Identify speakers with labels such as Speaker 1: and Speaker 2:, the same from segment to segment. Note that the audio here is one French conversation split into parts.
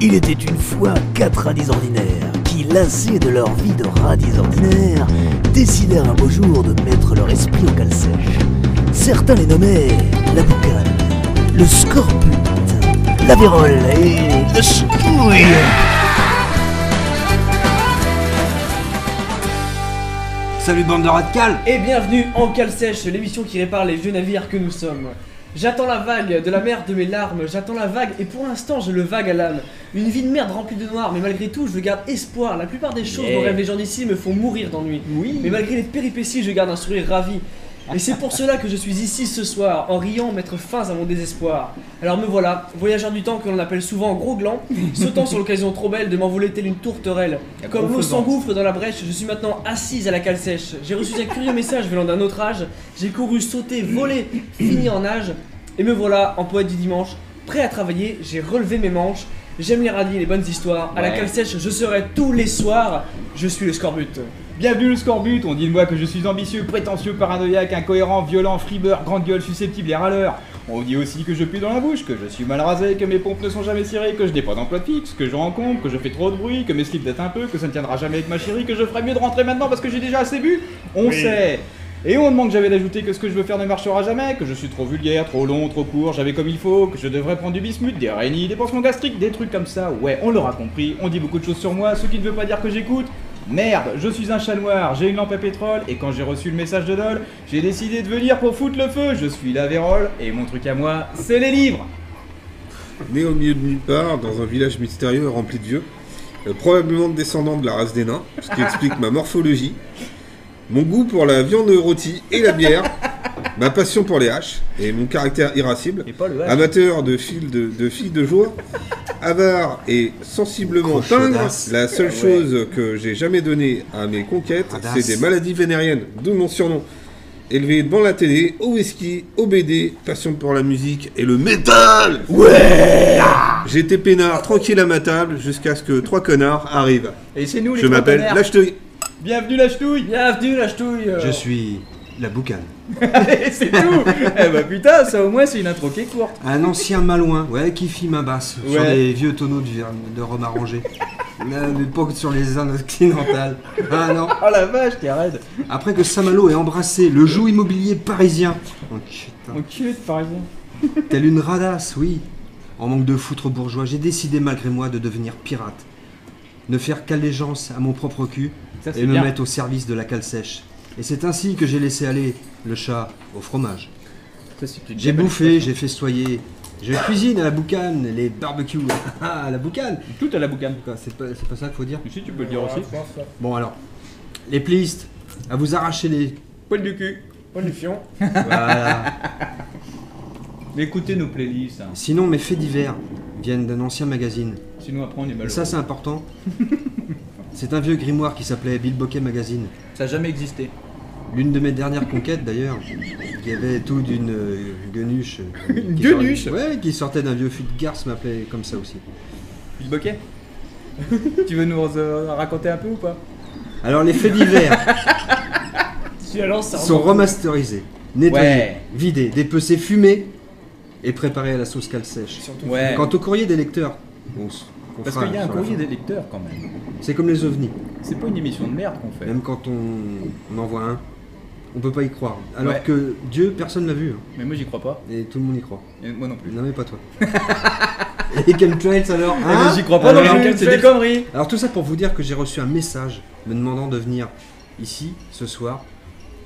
Speaker 1: Il était une fois quatre radis ordinaires qui, lassés de leur vie de radis ordinaires, décidèrent un beau jour de mettre leur esprit au cale sèche. Certains les nommaient la boucane, le scorpute, la vérole et le ch'touille.
Speaker 2: Salut bande de radicales
Speaker 3: Et bienvenue en Cale Sèche, l'émission qui répare les vieux navires que nous sommes. J'attends la vague de la mer de mes larmes, j'attends la vague et pour l'instant j'ai le vague à l'âme. Une vie de merde remplie de noir, mais malgré tout je garde espoir. La plupart des choses dont rêvent les gens d'ici me font mourir d'ennui.
Speaker 2: Oui.
Speaker 3: Mais malgré les péripéties, je garde un sourire ravi. Et c'est pour cela que je suis ici ce soir, en riant mettre fin à mon désespoir. Alors me voilà, voyageur du temps que l'on appelle souvent gros gland, sautant sur l'occasion trop belle de m'envoler telle une tourterelle. Comme l'eau s'engouffre dans la brèche, je suis maintenant assise à la cale sèche. J'ai reçu un curieux message venant d'un autre âge, j'ai couru, sauté, volé, fini en nage, et me voilà, en poète du dimanche, prêt à travailler, j'ai relevé mes manches. J'aime les radis, les bonnes histoires. À la
Speaker 2: Ouais.
Speaker 3: cale sèche, je serai tous les soirs. Je suis le scorbut.
Speaker 4: Bienvenue le scorbut, on dit de moi que je suis ambitieux, prétentieux, paranoïaque, incohérent, violent, fribeur, grande gueule, susceptible et râleur. On dit aussi que je pue dans la bouche, que je suis mal rasé, que mes pompes ne sont jamais cirées, que je n'ai pas d'emploi fixe, que je rencontre, que je fais trop de bruit, que mes slips datent un peu, que ça ne tiendra jamais avec ma chérie, que je ferais mieux de rentrer maintenant parce que j'ai déjà assez bu. On sait. Et on demande que j'avais d'ajouter que ce que je veux faire ne marchera jamais, que je suis trop vulgaire, trop long, trop court, j'avais comme il faut, que je devrais prendre du bismuth, des rénies, des pansements gastriques, des trucs comme ça. Ouais, on l'aura compris, on dit beaucoup de choses sur moi, ce qui ne veut pas dire que j'écoute. Merde, je suis un chat noir, j'ai une lampe à pétrole, et quand j'ai reçu le message de Dol, j'ai décidé de venir pour foutre le feu, je suis la vérole, et mon truc à moi, c'est les livres
Speaker 5: Né au milieu de nulle part, dans un village mystérieux rempli de vieux, euh, probablement descendant de la race des nains, ce qui explique ma morphologie, mon goût pour la viande rôtie et la bière, ma passion pour les haches et mon caractère irascible,
Speaker 4: Et pas le H.
Speaker 5: amateur de, fil de, de filles de joie, avare et sensiblement pingre,
Speaker 6: Crochodasse.
Speaker 5: la
Speaker 4: Ah
Speaker 5: seule chose que j'ai jamais donnée à mes conquêtes, c'est
Speaker 6: Cradasse.
Speaker 5: des maladies vénériennes, d'où mon surnom. Élevé devant la télé, au whisky, au BD, passion pour la musique et le métal J'étais peinard, tranquille à ma table, jusqu'à ce que trois connards arrivent.
Speaker 4: Et c'est nous les
Speaker 5: Je
Speaker 4: trois
Speaker 5: m'appelle
Speaker 4: connards.
Speaker 5: Lacheteuille.
Speaker 4: Bienvenue la ch'touille
Speaker 3: Bienvenue, la ch'touille.
Speaker 6: Je suis la boucane.
Speaker 4: Et c'est tout Eh bah putain, ça au moins c'est une intro qui est courte
Speaker 6: Un ancien malouin, ouais, qui fit ma basse sur
Speaker 4: Ouais.
Speaker 6: les vieux tonneaux de, viande- de rhum arrangé. Euh, Mais pas que sur les Indes occidentales. Ah non.
Speaker 4: Oh la vache, t'es raide
Speaker 6: Après que Saint-Malo ait embrassé le joug immobilier parisien. Oh, putain.
Speaker 4: On cute par exemple
Speaker 6: Telle une radasse, oui. En manque de foutre bourgeois, j'ai décidé malgré moi de devenir pirate. Ne faire qu'allégeance à mon propre cul
Speaker 4: Ça c'est
Speaker 6: et me
Speaker 4: bien
Speaker 6: mettre au service de la cale sèche. Et c'est ainsi que j'ai laissé aller le chat au fromage.
Speaker 4: Ça, c'est une
Speaker 6: J'ai
Speaker 4: bonne
Speaker 6: bouffé, j'ai festoyé. Je cuisine à la boucane, les barbecues Ah, à la boucane.
Speaker 4: Tout à la boucane
Speaker 6: Quoi, C'est pas, c'est pas ça qu'il faut dire.
Speaker 4: Si tu peux le dire aussi
Speaker 6: Bon alors, les plistes, à vous arracher les.
Speaker 4: Poil du cul
Speaker 3: Paul du Fion.
Speaker 6: Voilà.
Speaker 4: Écoutez nos playlists hein.
Speaker 6: Sinon, mes faits divers viennent d'un ancien magazine.
Speaker 4: Sinon après on est
Speaker 6: Et
Speaker 4: malheureux
Speaker 6: ça, c'est important. C'est un vieux grimoire qui s'appelait Bill Bokeh Magazine.
Speaker 4: Ça a jamais existé
Speaker 6: L'une de mes dernières conquêtes d'ailleurs, qui avait tout d'une euh, guenuche. euh,
Speaker 4: Une
Speaker 6: qui
Speaker 4: guenuche
Speaker 6: sortait- Ouais, qui sortait d'un vieux fût de garce, m'appelait comme ça aussi.
Speaker 4: Il boquet Tu veux nous euh, raconter un peu ou pas
Speaker 6: Alors, les faits divers.
Speaker 3: Tu la lances, ça
Speaker 6: sont
Speaker 3: remonte.
Speaker 6: remasterisés, nettoyés,
Speaker 4: Ouais.
Speaker 6: vidés, dépecés, fumés et préparés à la sauce cale sèche.
Speaker 4: Ouais
Speaker 6: Quant au courrier des lecteurs, on s- qu'on
Speaker 4: Parce
Speaker 6: fera
Speaker 4: qu'il y a un
Speaker 6: sur la
Speaker 4: courrier
Speaker 6: fin.
Speaker 4: des lecteurs quand même
Speaker 6: C'est comme les ovnis,
Speaker 4: C'est pas une émission de merde qu'on fait
Speaker 6: même quand on, on en voit un, on peut pas y croire. Alors
Speaker 4: Ouais.
Speaker 6: que Dieu, personne l'a vu, hein,
Speaker 4: Mais moi j'y crois pas
Speaker 6: et tout le monde y croit.
Speaker 4: Et moi non plus
Speaker 6: Non mais pas toi. et chemtrails alors
Speaker 4: Eh
Speaker 6: hein
Speaker 4: ben, j'y crois pas
Speaker 6: Alors,
Speaker 4: non plus, c'est des conneries
Speaker 6: Alors tout ça pour vous dire que j'ai reçu un message me demandant de venir ici, ce soir,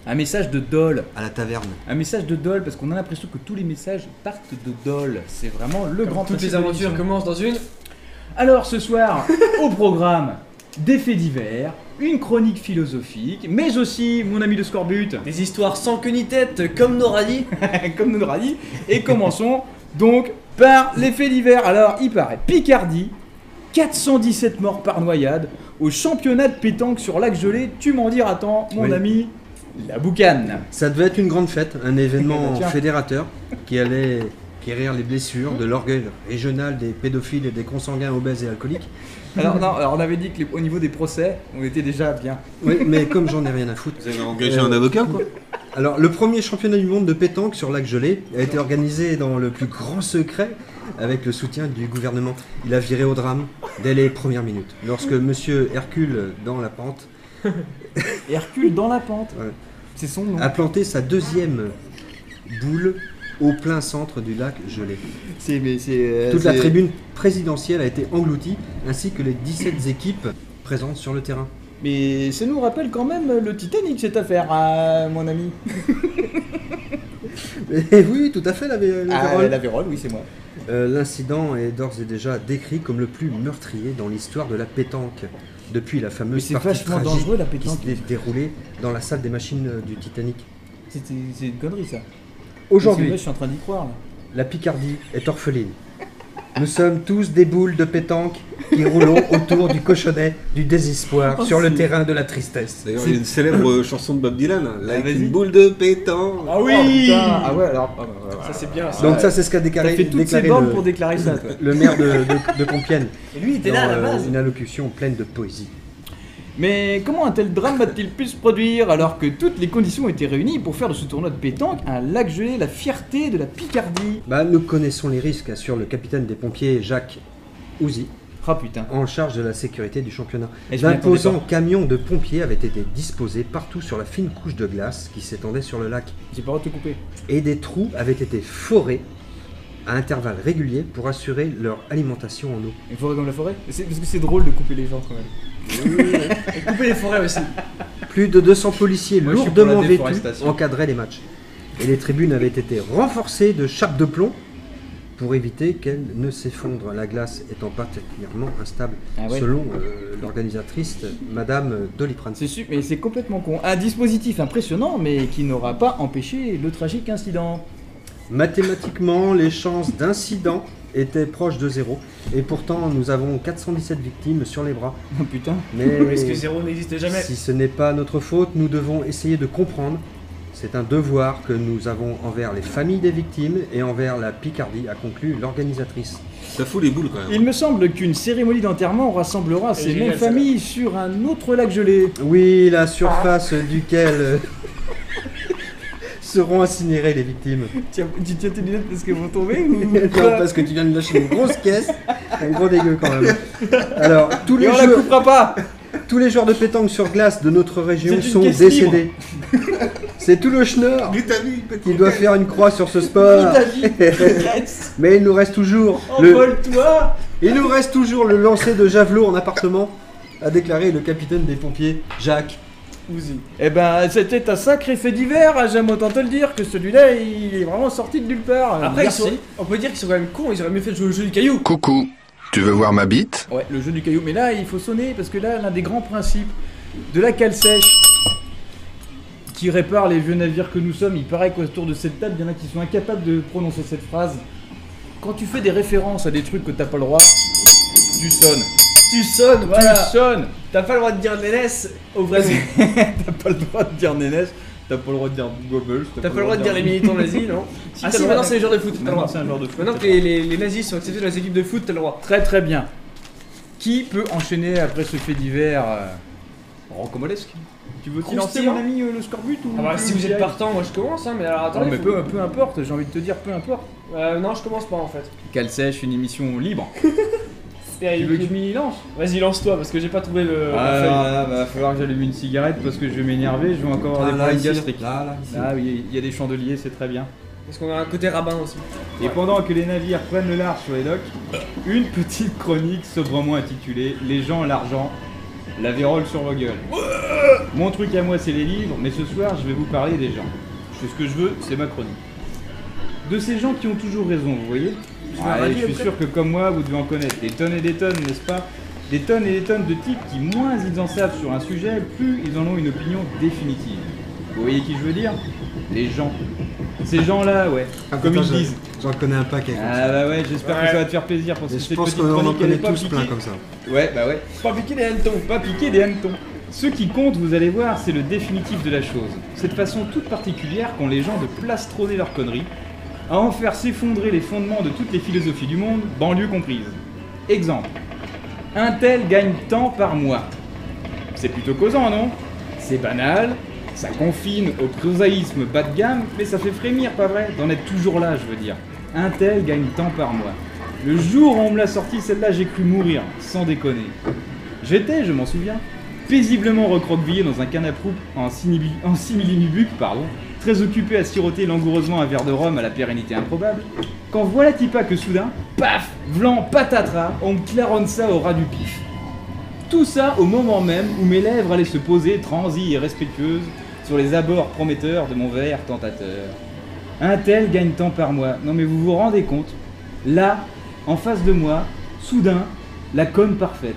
Speaker 4: Un message de Dol
Speaker 6: à la taverne.
Speaker 4: Un message de Dol, parce qu'on a l'impression que tous les messages partent de Dol. C'est vraiment le grand
Speaker 3: Toutes
Speaker 4: principe
Speaker 3: les
Speaker 4: de
Speaker 3: aventures
Speaker 4: l'émission.
Speaker 3: commencent dans une.
Speaker 4: Alors ce soir, au programme, des faits divers, une chronique philosophique, mais aussi mon ami le scorbut,
Speaker 3: Des histoires sans queue ni tête, comme nos radis.
Speaker 4: comme nous l'aura dit. Et commençons donc par les faits divers. Alors il paraît, Picardie, 417 morts par noyade, au championnat de pétanque sur lac gelé, tu m'en diras tant, mon
Speaker 6: Oui.
Speaker 4: ami, la boucane.
Speaker 6: Ça devait être une grande fête, un événement
Speaker 4: Tiens.
Speaker 6: fédérateur qui allait guérir les blessures de l'orgueil régional des pédophiles et des consanguins obèses et alcooliques.
Speaker 4: Alors, non, alors on avait dit qu'au niveau des procès, on était déjà bien.
Speaker 6: Oui, mais comme j'en ai rien à foutre.
Speaker 5: Vous avez engagé
Speaker 6: Euh,
Speaker 5: un avocat, quoi
Speaker 6: Alors, le premier championnat du monde de pétanque sur lac gelé a été organisé dans le plus grand secret avec le soutien du gouvernement. Il a viré au drame dès les premières minutes. Lorsque monsieur Hercule, dans la pente,
Speaker 7: Hercule dans la pente.
Speaker 6: Ouais.
Speaker 7: C'est son nom.
Speaker 6: a planté sa deuxième boule au plein centre du lac gelé.
Speaker 7: C'est mais c'est. euh,
Speaker 6: Toute la
Speaker 7: c'est-
Speaker 6: tribune présidentielle a été engloutie, ainsi que les 17 équipes présentes sur le terrain.
Speaker 7: Mais ça nous rappelle quand même le Titanic cette affaire, euh, mon ami.
Speaker 6: Eh oui, tout à fait, la, vé- la
Speaker 7: Ah,
Speaker 6: Vérole.
Speaker 7: la Vérole, oui c'est moi.
Speaker 6: Euh, L'incident est d'ores et déjà décrit comme le plus meurtrier dans l'histoire de la pétanque. Depuis la
Speaker 7: Mais
Speaker 6: fameuse
Speaker 7: c'est
Speaker 6: partie
Speaker 7: vachement
Speaker 6: tragique
Speaker 7: dangereux la
Speaker 6: qui
Speaker 7: pétanque.
Speaker 6: s'est déroulée dans la salle des machines euh, du Titanic.
Speaker 7: C'est c'est- c'est une connerie ça. C'est vrai,
Speaker 6: Aujourd'hui,
Speaker 7: je suis en train d'y croire là.
Speaker 6: la Picardie est orpheline. Nous sommes tous des boules de pétanque qui roulons autour du cochonnet du désespoir sur le terrain de la tristesse.
Speaker 5: D'ailleurs, il y a une célèbre euh, chanson de Bob Dylan, hein, Like
Speaker 4: Ah, vas-y.
Speaker 5: une boule de pétanque.
Speaker 3: Ah oui
Speaker 7: Oh, putain, ah ouais alors. ah, bah, voilà.
Speaker 3: Ça c'est bien ça.
Speaker 6: Donc ça, c'est ce qu'a
Speaker 7: T'as
Speaker 6: déclaré,
Speaker 7: fait toutes ces
Speaker 6: déclaré
Speaker 7: bornes
Speaker 6: le,
Speaker 7: pour déclarer ça.
Speaker 4: euh,
Speaker 7: toi.
Speaker 6: le maire de, de- de Compiègne
Speaker 3: Et lui il était
Speaker 6: dans
Speaker 3: là à la
Speaker 6: euh,
Speaker 3: base.
Speaker 6: une allocution pleine de poésie.
Speaker 7: Mais comment un tel drame va-t-il pu se produire alors que toutes les conditions étaient réunies pour faire de ce tournoi de pétanque un lac gelé, la fierté de la Picardie
Speaker 6: Bah, nous connaissons les risques, assure le capitaine des pompiers Jacques Ouzy,
Speaker 7: Ah putain.
Speaker 6: en charge de la sécurité du championnat.
Speaker 7: Et je m'y
Speaker 6: D'imposants
Speaker 7: attendais
Speaker 6: camions de pompiers avaient été disposés partout sur la fine couche de glace qui s'étendait sur le lac,
Speaker 7: J'ai pas le droit de te couper.
Speaker 6: et des trous avaient été forés à intervalles réguliers pour assurer leur alimentation en eau.
Speaker 7: Une forêt comme la forêt C'est- Parce que c'est drôle de couper les gens quand même.
Speaker 3: Et couper les forêts aussi.
Speaker 6: Plus de 200 policiers
Speaker 4: Moi, je suis pour
Speaker 6: lourdement
Speaker 4: la
Speaker 6: vêtus
Speaker 4: déforestation.
Speaker 6: encadraient les matchs, et les tribunes avaient été renforcées de chapes de plomb pour éviter qu'elles ne s'effondrent, la glace étant particulièrement instable.
Speaker 7: Ah ouais.
Speaker 6: selon euh, l'organisatrice euh, Madame Doliprane.
Speaker 7: C'est su- mais c'est complètement con. Un dispositif impressionnant mais qui n'aura pas empêché le tragique incident.
Speaker 6: Mathématiquement, les chances d'incident étaient proches de zéro, et pourtant nous avons 417 victimes sur les bras.
Speaker 7: Oh putain.
Speaker 6: Mais
Speaker 3: Parce que zéro n'existe jamais.
Speaker 6: si ce n'est pas notre faute, nous devons essayer de comprendre. C'est un devoir que nous avons envers les familles des victimes et envers la Picardie, a conclu l'organisatrice.
Speaker 5: Ça fout les boules quand même.
Speaker 7: Il me semble qu'une cérémonie d'enterrement rassemblera ces
Speaker 3: génial,
Speaker 7: mêmes familles sur un autre lac gelé.
Speaker 6: Oui, la surface duquel euh, seront incinérées les victimes.
Speaker 7: Tiens, tu tiens tes lunettes parce que vont tomber ou
Speaker 6: Non, parce que tu viens de lâcher une grosse caisse, un gros dégueu quand même. Alors, tous
Speaker 7: Et
Speaker 6: les,
Speaker 7: on la
Speaker 6: joueurs,
Speaker 7: coupera pas
Speaker 6: tous les joueurs de pétanque sur glace de notre région
Speaker 7: C'est une
Speaker 6: sont
Speaker 7: caisse
Speaker 6: décédés. C'est tout le schneur
Speaker 5: Mais t'as vu, petit
Speaker 6: qui doit faire une croix sur ce sport. Mais il nous reste toujours
Speaker 7: Oh,
Speaker 6: le,
Speaker 7: Envole-toi
Speaker 6: il nous reste toujours le lancer de javelot en appartement, a déclaré le capitaine des pompiers, Jacques.
Speaker 7: Eh ben, c'était un sacré fait divers, ah, j'aime autant te le dire, que celui-là, il est vraiment sorti de nulle part.
Speaker 3: Après, ils
Speaker 7: Merci.
Speaker 3: sont- on peut dire qu'ils sont quand même cons, ils auraient mieux fait de jouer au jeu du caillou.
Speaker 8: Coucou, tu veux voir ma bite
Speaker 7: Ouais, le jeu du caillou, mais là, il faut sonner, parce que là, l'un des grands principes de la cale sèche, qui répare les vieux navires que nous sommes, il paraît qu'autour de cette table, il y en a qui sont incapables de prononcer cette phrase. Quand tu fais des références à des trucs que t'as pas le droit, tu sonnes.
Speaker 3: Tu sonnes, voilà.
Speaker 7: Tu sonnes
Speaker 3: T'as pas le droit de dire nénesse au vrai nom.
Speaker 4: T'as pas le droit de dire Nénès, t'as pas le droit de dire Goebbels,
Speaker 3: T'as pas le droit de dire les militants nazis, non
Speaker 7: Si,
Speaker 3: Ah
Speaker 7: t'as
Speaker 3: si,
Speaker 7: le
Speaker 3: maintenant
Speaker 7: droit.
Speaker 3: c'est les joueurs de foot, t'as le
Speaker 4: Maintenant,
Speaker 3: droit.
Speaker 4: c'est un genre de foot.
Speaker 3: Maintenant que les, les- les nazis sont acceptés dans les équipes de foot, t'as le droit.
Speaker 7: Très très bien. Qui peut enchaîner après ce fait divers euh, rocambolesque
Speaker 4: Tu veux qu'il
Speaker 3: Croustillant.
Speaker 4: lance mon ami euh, le scorbut ou
Speaker 3: Ah bah, si vous êtes partant, moi je commence, hein, mais alors
Speaker 7: Non,
Speaker 3: attendez.
Speaker 7: mais
Speaker 3: faut-
Speaker 7: peu, peu importe, j'ai envie de te dire peu importe.
Speaker 3: Euh, non, je commence pas en fait.
Speaker 4: Cale sèche, une émission libre.
Speaker 7: Tu veux que je m'y lance
Speaker 3: Vas-y, lance-toi parce que j'ai pas trouvé le.
Speaker 4: Ah
Speaker 3: la
Speaker 4: là,
Speaker 3: feuille.
Speaker 4: là, va falloir que j'allume une cigarette parce que je vais m'énerver, je vais encore avoir des
Speaker 6: là,
Speaker 4: problèmes
Speaker 6: ici,
Speaker 4: gastriques.
Speaker 6: là, là, ici.
Speaker 4: Ah oui, il y a des chandeliers, c'est très bien.
Speaker 3: Parce qu'on a un côté rabbin aussi.
Speaker 4: Et pendant que les navires prennent le large sur les docks, une petite chronique sobrement intitulée Les gens, l'argent, la vérole sur vos gueules. Mon truc à moi, c'est les livres, mais ce soir, je vais vous parler des gens. Je fais ce que je veux, c'est ma chronique. De ces gens qui ont toujours raison, vous voyez
Speaker 3: vas
Speaker 4: Ouais,
Speaker 3: rallier
Speaker 4: Je suis
Speaker 3: après
Speaker 4: sûr que comme moi, vous devez en connaître des tonnes et des tonnes, n'est-ce pas Des tonnes et des tonnes de types qui, moins ils en savent sur un sujet, plus ils en ont une opinion définitive. Vous voyez qui je veux dire Les gens. Ces gens-là, ouais.
Speaker 6: Ah,
Speaker 4: comme
Speaker 6: putain,
Speaker 4: ils
Speaker 6: j'en-
Speaker 4: disent.
Speaker 6: J'en connais un paquet. comme ça.
Speaker 4: Ah bah ouais, j'espère
Speaker 3: Ouais.
Speaker 4: que ça va te faire plaisir parce
Speaker 6: Et
Speaker 4: que
Speaker 6: je
Speaker 4: cette
Speaker 6: pense
Speaker 4: petite
Speaker 6: qu'on en
Speaker 4: chronique elle est
Speaker 6: connaît
Speaker 4: pas
Speaker 6: tous
Speaker 4: piquée.
Speaker 6: plein comme ça.
Speaker 4: Ouais bah ouais,
Speaker 3: Pas piqué des hannetons.
Speaker 4: pas piquer des hannetons. Ce qui compte, vous allez voir, c'est le définitif de la chose. Cette façon toute particulière qu'ont les gens de plastronner leurs conneries, à en faire s'effondrer les fondements de toutes les philosophies du monde, banlieue comprise. Exemple. Un tel gagne tant par mois. C'est plutôt causant, non C'est banal, ça confine au prosaïsme bas de gamme, mais ça fait frémir, pas vrai D'en être toujours là, je veux dire. Un tel gagne tant par mois. Le jour où on me l'a sorti, celle-là, j'ai cru mourir, sans déconner. J'étais, je m'en souviens, paisiblement recroquevillé dans un canapé en, simili- en simili-nubuck, pardon, très occupé à siroter langoureusement un verre de rhum à la pérennité improbable, quand voilà Tipa que soudain, paf, vlan, patatras, on me claronne ça au ras du pif. Tout ça au moment même où mes lèvres allaient se poser transies et respectueuses sur les abords prometteurs de mon verre tentateur. Un tel gagne tant par mois. Non mais vous vous rendez compte Là, en face de moi, soudain, la com parfaite.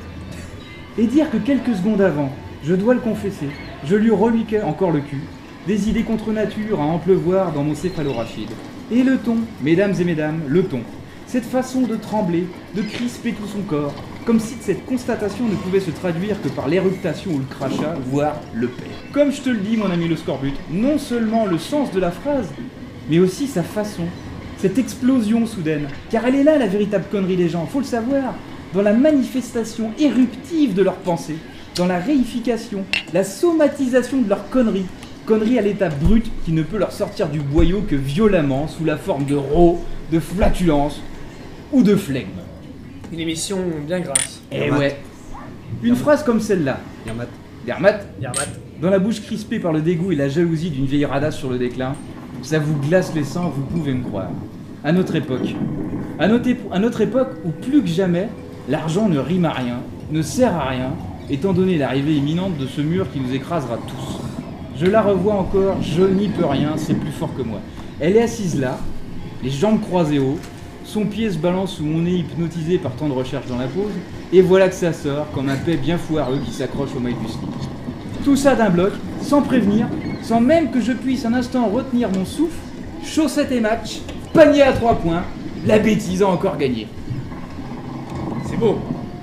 Speaker 4: Et dire que quelques secondes avant, je dois le confesser, je lui reluquais encore le cul, des idées contre nature à en pleuvoir dans mon céphalorachide. Et le ton, mesdames et mesdames, le ton. Cette façon de trembler, de crisper tout son corps, comme si cette constatation ne pouvait se traduire que par l'éruptation ou le crachat, voire le père. Comme je te le dis, mon ami le scorbut, non seulement le sens de la phrase, mais aussi sa façon, cette explosion soudaine. Car elle est là la véritable connerie des gens, faut le savoir, dans la manifestation éruptive de leurs pensées, dans la réification, la somatisation de leurs conneries. Conneries à l'état brut qui ne peut leur sortir du boyau que violemment, sous la forme de raux, de flatulence ou de flegme.
Speaker 3: Une émission bien grasse.
Speaker 4: Eh ouais. Une phrase comme celle-là,
Speaker 6: Yermat.
Speaker 4: Dermat,
Speaker 3: Yermat.
Speaker 4: dans la bouche crispée par le dégoût et la jalousie d'une vieille radasse sur le déclin, ça vous glace les sangs, vous pouvez me croire. À notre époque, à notre, épo- à notre époque où plus que jamais, l'argent ne rime à rien, ne sert à rien, étant donné l'arrivée imminente de ce mur qui nous écrasera tous. Je la revois encore, je n'y peux rien, c'est plus fort que moi. Elle est assise là, les jambes croisées haut, son pied se balance sous mon nez hypnotisé par tant de recherche dans la pose, et voilà que ça sort comme un paix bien foireux qui s'accroche au maille du slip. Tout ça d'un bloc, sans prévenir, sans même que je puisse un instant retenir mon souffle, chaussette et match, panier à trois points, la bêtise a encore gagné. C'est beau.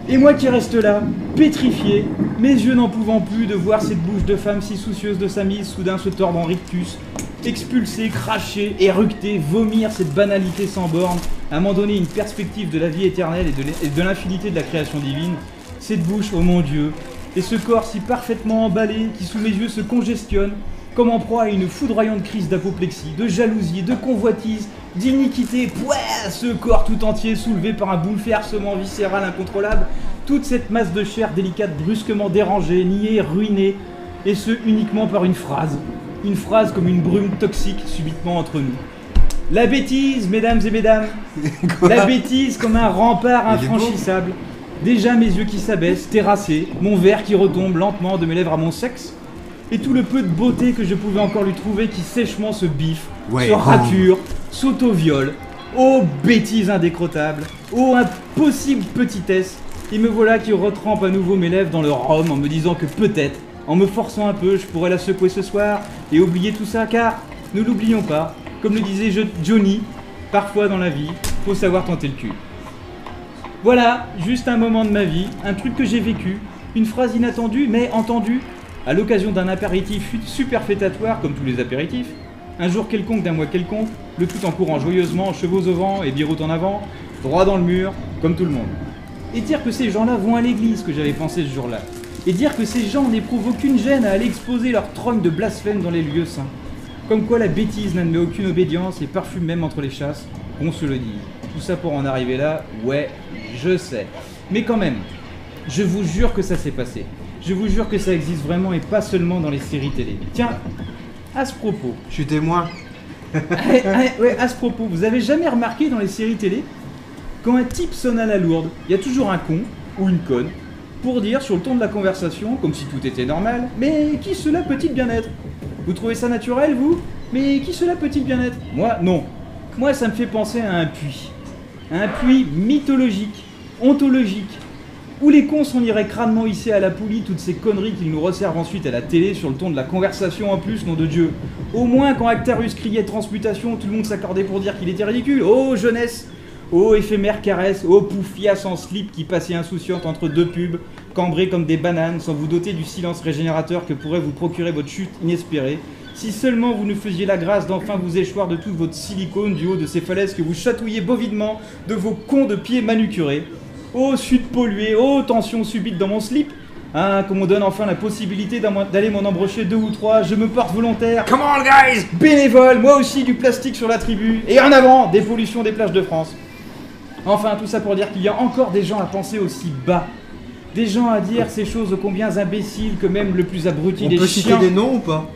Speaker 4: Et moi qui reste là, pétrifié, mes yeux n'en pouvant plus de voir cette bouche de femme si soucieuse de sa mise soudain se tordre en rictus, expulser, cracher, éructer, vomir cette banalité sans borne, à m'en donner une perspective de la vie éternelle et de l'in- et de l'infinité de la création divine, cette bouche, oh mon Dieu, et ce corps si parfaitement emballé qui sous mes yeux se congestionne, comme en proie à une foudroyante crise d'apoplexie, de jalousie, de convoitise, d'iniquité, pouah, ce corps tout entier soulevé par un bouleversement viscéral incontrôlable, toute cette masse de chair délicate brusquement dérangée, niée, ruinée, et ce uniquement par une phrase, une phrase comme une brume toxique subitement entre nous. La bêtise, mesdames et mesdames, la bêtise comme un rempart
Speaker 6: Il est beau.
Speaker 4: infranchissable. Déjà mes yeux qui s'abaissent, terrassés, mon verre qui retombe lentement de mes lèvres à mon sexe, et tout le peu de beauté que je pouvais encore lui trouver qui sèchement se biffe,
Speaker 6: Ouais,
Speaker 4: se
Speaker 6: bon.
Speaker 4: rature, s'auto-viole. Oh bêtise indécrottable, oh impossible petitesse, et me voilà qui retrempe à nouveau mes lèvres dans le rhum en me disant que peut-être, en me forçant un peu, je pourrais la secouer ce soir et oublier tout ça, car, ne l'oublions pas, comme le disait Jo- Johnny, parfois dans la vie, faut savoir tenter le cul. Voilà, juste un moment de ma vie, un truc que j'ai vécu, une phrase inattendue mais entendue, à l'occasion d'un apéritif fut- superfétatoire comme tous les apéritifs, un jour quelconque d'un mois quelconque, le tout en courant joyeusement, chevaux au vent et biroute en avant, droit dans le mur, comme tout le monde. Et dire que ces gens-là vont à l'église, que j'avais pensé ce jour-là. Et dire que ces gens n'éprouvent aucune gêne à aller exposer leur trogne de blasphème dans les lieux saints. Comme quoi la bêtise n'admet aucune obédience et parfume même entre les chasses, on se le dit. Tout ça pour en arriver là, ouais, je sais. Mais quand même, je vous jure que ça s'est passé. Je vous jure que ça existe vraiment et pas seulement dans les séries télé. Tiens, à ce propos,
Speaker 6: Je suis témoin.
Speaker 4: eh, eh, ouais, à ce propos, vous avez jamais remarqué dans les séries télé quand un type sonne à la lourde, il y a toujours un con ou une conne pour dire sur le ton de la conversation, comme si tout était normal, mais qui cela peut-il bien être Vous trouvez ça naturel, vous Mais qui cela peut-il bien être Moi, non. Moi, ça me fait penser à un puits. Un puits mythologique, ontologique, où les cons s'en iraient crânement hissés à la poulie toutes ces conneries qu'ils nous resservent ensuite à la télé sur le ton de la conversation en plus, nom de Dieu. Au moins, quand Actarus criait transmutation, tout le monde s'accordait pour dire qu'il était ridicule. Oh jeunesse Oh éphémère caresse Oh poufias en slip qui passait insouciante entre deux pubs, cambrée comme des bananes, sans vous doter du silence régénérateur que pourrait vous procurer votre chute inespérée, Si seulement vous nous faisiez la grâce d'enfin vous échoir de toute votre silicone du haut de ces falaises que vous chatouillez bovidement de vos cons de pieds manucurés. Ô sud pollué, ô tension subite dans mon slip, hein, qu'on me donne enfin la possibilité d'am- d'aller m'en embrocher deux ou trois, je me porte volontaire,
Speaker 9: Come on, guys
Speaker 4: bénévole, moi aussi du plastique sur la tribu, et en avant, des pollutions des plages de France. Enfin, tout ça pour dire qu'il y a encore des gens à penser aussi bas. Des gens à dire ces choses ô combien imbéciles que même le plus abruti
Speaker 6: On
Speaker 4: des
Speaker 6: peut citer
Speaker 4: chiens.
Speaker 6: des noms ou pas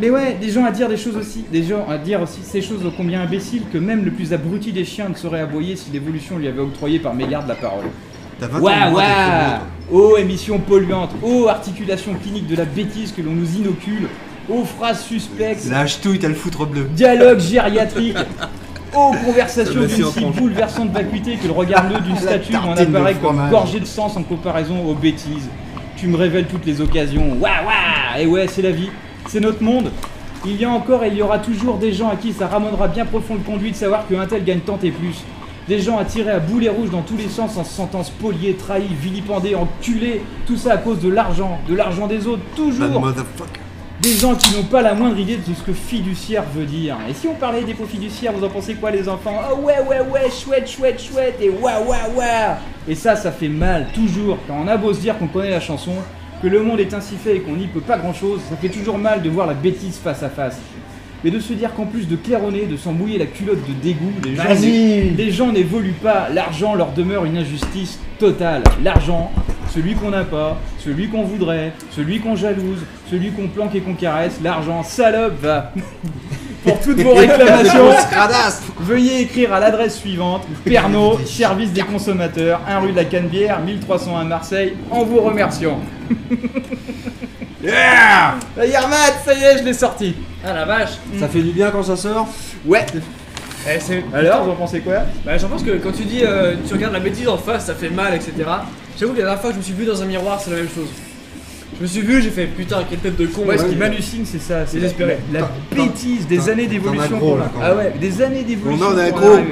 Speaker 4: Mais ouais, des gens à dire des choses aussi. Des gens à dire aussi ces choses ô combien imbéciles que même le plus abruti des chiens ne saurait aboyer si l'évolution lui avait octroyé par mégarde la parole.
Speaker 6: T'as 20
Speaker 4: Waouh,
Speaker 6: ans.
Speaker 4: waouh
Speaker 6: moi, t'es trop
Speaker 4: Ô émissions polluantes, ô Oh, articulation clinique de la bêtise que l'on nous inocule, ô phrases suspectes,
Speaker 6: bleu. Lâche tout, t'as le foutre bleu.
Speaker 4: dialogue gériatrique, ô conversation
Speaker 6: Ça me
Speaker 4: d'une
Speaker 6: fait en
Speaker 4: si
Speaker 6: tranche.
Speaker 4: bouleversante vacuité que le regard nœud d'une
Speaker 6: La
Speaker 4: statue en
Speaker 6: tartine de
Speaker 4: apparaît comme
Speaker 6: fromage.
Speaker 4: gorgé de sens en comparaison aux bêtises. Tu me révèles toutes les occasions. Waouh, waouh Et ouais, c'est la vie, c'est notre monde. Il y a encore et il y aura toujours des gens à qui ça ramènera bien profond le conduit de savoir qu'un tel gagne tant et plus. Des gens à tirer à boulet rouge dans tous les sens en se sentant spoliés, trahis, vilipendés, enculés, tout ça à cause de l'argent, de l'argent des autres,
Speaker 6: Bad
Speaker 4: toujours
Speaker 6: motherfucker.
Speaker 4: des gens qui n'ont pas la moindre idée de ce que fiduciaire veut dire. Et si on parlait des dépôts fiduciaires, vous en pensez quoi les enfants Oh ouais ouais ouais, chouette chouette chouette et ouah ouah ouah Et ça, ça fait mal, toujours, quand on a beau se dire qu'on connaît la chanson, que le monde est ainsi fait et qu'on n'y peut pas grand chose, ça fait toujours mal de voir la bêtise face à face. Mais de se dire qu'en plus de claironner, de s'en mouiller la culotte de dégoût, les gens,
Speaker 3: Vas-y.
Speaker 4: les gens n'évoluent pas, l'argent leur demeure une injustice totale. L'argent, celui qu'on n'a pas, celui qu'on voudrait, celui qu'on jalouse, celui qu'on planque et qu'on caresse, l'argent, salope, va Pour toutes vos réclamations, veuillez écrire à l'adresse suivante, Pernod, service des consommateurs, 1 rue de la Canebière, 1301 Marseille, en vous remerciant. Yeah Yermat, ça y est, je l'ai sorti
Speaker 3: Ah la vache
Speaker 6: Ça fait du bien quand ça sort
Speaker 4: Ouais
Speaker 3: Eh, c'est-
Speaker 4: Alors, vous en pensez quoi
Speaker 3: Bah, j'en pense que quand tu dis euh, tu regardes la bêtise en face, ça fait mal, etc. J'avoue que la dernière fois que je me suis vu dans un miroir, c'est la même chose. Je me suis vu, j'ai fait putain, quelle tête de con.
Speaker 4: Ouais, ce
Speaker 3: Ouais.
Speaker 4: qui m'hallucine, c'est ça, c'est la,
Speaker 3: Désespéré.
Speaker 4: la- la
Speaker 6: T'en-
Speaker 4: bêtise des
Speaker 6: t'en-
Speaker 4: années
Speaker 6: t'en as
Speaker 4: d'évolution
Speaker 6: gros,
Speaker 4: qu'on a.
Speaker 6: là, quand
Speaker 4: Ah
Speaker 6: même.
Speaker 4: ouais, des années d'évolution.
Speaker 6: On en a
Speaker 4: qu'on
Speaker 6: gros.
Speaker 4: a eu.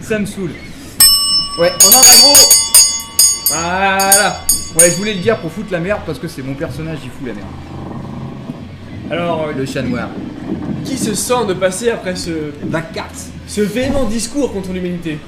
Speaker 4: Ça me saoule. Ouais, on en a gros. Voilà. Ouais, je voulais le dire pour foutre la merde parce que c'est mon personnage, il fout la merde.
Speaker 3: Alors, euh,
Speaker 4: Le chat noir.
Speaker 3: qui se sent de passer après ce,
Speaker 4: La carte.
Speaker 3: ce véhément discours contre l'humanité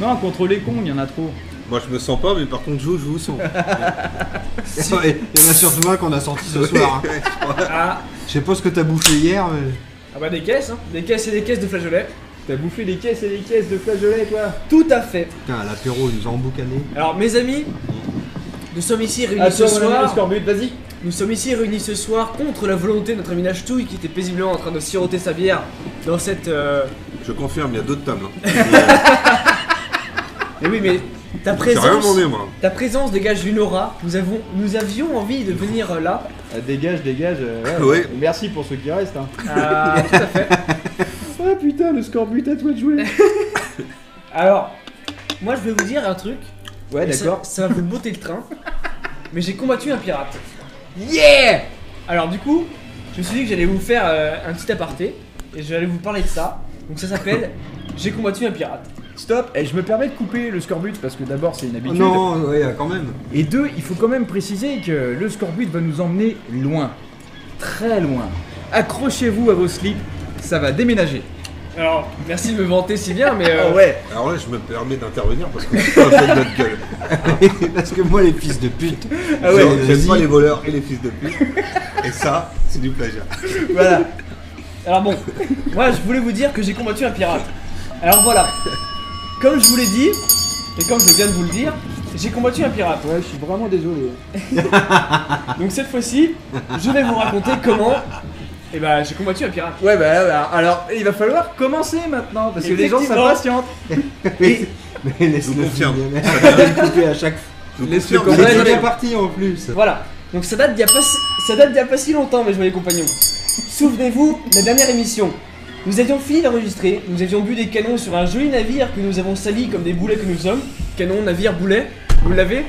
Speaker 4: Non, contre les cons, il y en a trop.
Speaker 5: Moi je me sens pas, mais par contre, je, je vous sens.
Speaker 6: Ouais, Il y en a surtout un qu'on a sorti ce soir. hein.
Speaker 3: ah.
Speaker 6: Je sais pas ce que t'as bouffé hier, mais.
Speaker 3: ah bah des caisses, hein. Des caisses et des caisses de flageolets.
Speaker 4: T'as bouffé des caisses et des caisses de flageolets, toi.
Speaker 3: Tout à fait.
Speaker 6: Putain, à l'apéro, il nous a emboucané.
Speaker 3: Alors, mes amis, nous sommes ici réunis
Speaker 4: À
Speaker 3: ce
Speaker 4: toi, mon ami, le
Speaker 3: soir.
Speaker 4: scorbut, vas-y.
Speaker 3: Nous sommes ici réunis ce soir contre la volonté de notre ami Touille qui était paisiblement en train de siroter sa bière dans cette. euh,
Speaker 5: Je confirme, il y a d'autres tables. hein.
Speaker 3: Mais oui, mais ta
Speaker 5: J'ai rien
Speaker 3: présence.
Speaker 5: demandé, moi.
Speaker 3: Ta présence dégage une aura. Nous, avons, nous avions envie de venir euh, là.
Speaker 4: Ah, Dégage, dégage. euh,
Speaker 5: Ouais.
Speaker 4: Merci pour ceux qui restent. Hein.
Speaker 3: Ah, tout à fait.
Speaker 4: Ah putain, le scorbut à toi de jouer.
Speaker 3: Alors, moi, je vais vous dire un truc.
Speaker 4: Ouais,
Speaker 3: Et ça-
Speaker 4: d'accord.
Speaker 3: Ça, va vous botter le train. Mais j'ai combattu un pirate. Yeah Alors, du coup, je me suis dit que j'allais vous faire euh, un petit aparté. Et j'allais vous parler de ça. Donc, ça s'appelle J'ai combattu un pirate.
Speaker 4: Stop, et Eh, je me permets de couper le scorbut parce que d'abord c'est une
Speaker 5: Ah
Speaker 4: habitude.
Speaker 6: non, ouais, quand même.
Speaker 4: Et deux, il faut quand même préciser que le scorbut va nous emmener loin. Très loin. Accrochez-vous à vos slips, ça va déménager.
Speaker 3: Alors, merci de me vanter si bien, mais. euh,
Speaker 4: ouais
Speaker 5: Alors là, je me permets d'intervenir parce que je suis pas un fan de notre gueule.
Speaker 6: Parce que moi, les fils de pute.
Speaker 4: Ah
Speaker 5: Genre,
Speaker 4: ouais,
Speaker 5: J'aime pas
Speaker 6: vas-y.
Speaker 5: les voleurs et les fils de pute. Et ça, c'est du plagiat.
Speaker 4: Voilà.
Speaker 3: Alors bon, moi je voulais vous dire que j'ai combattu un pirate. Alors voilà, comme je vous l'ai dit, et comme je viens de vous le dire, j'ai combattu un pirate.
Speaker 4: Ouais, je suis vraiment désolé.
Speaker 3: Donc cette fois-ci, je vais vous raconter comment eh ben, j'ai combattu un pirate.
Speaker 4: Ouais, bah, bah, alors il va falloir commencer maintenant parce que les gens
Speaker 3: Effectivement.
Speaker 4: s'impatientent.
Speaker 6: Mais, mais laisse-le
Speaker 5: Je confirme.
Speaker 6: finir. Arrête de le couper à chaque fois.
Speaker 5: Je vous
Speaker 4: Laisse-le
Speaker 5: confirme.
Speaker 6: Il est
Speaker 3: désolé.
Speaker 6: déjà parti en plus.
Speaker 3: Voilà, donc ça date d'il y a pas si... ça date d'il y a pas si longtemps mes joyeux compagnons. Souvenez-vous, la dernière émission. Nous avions fini d'enregistrer, nous avions bu des canons sur un joli navire que nous avons sali comme des boulets que nous sommes. Canon, navire, boulet, vous l'avez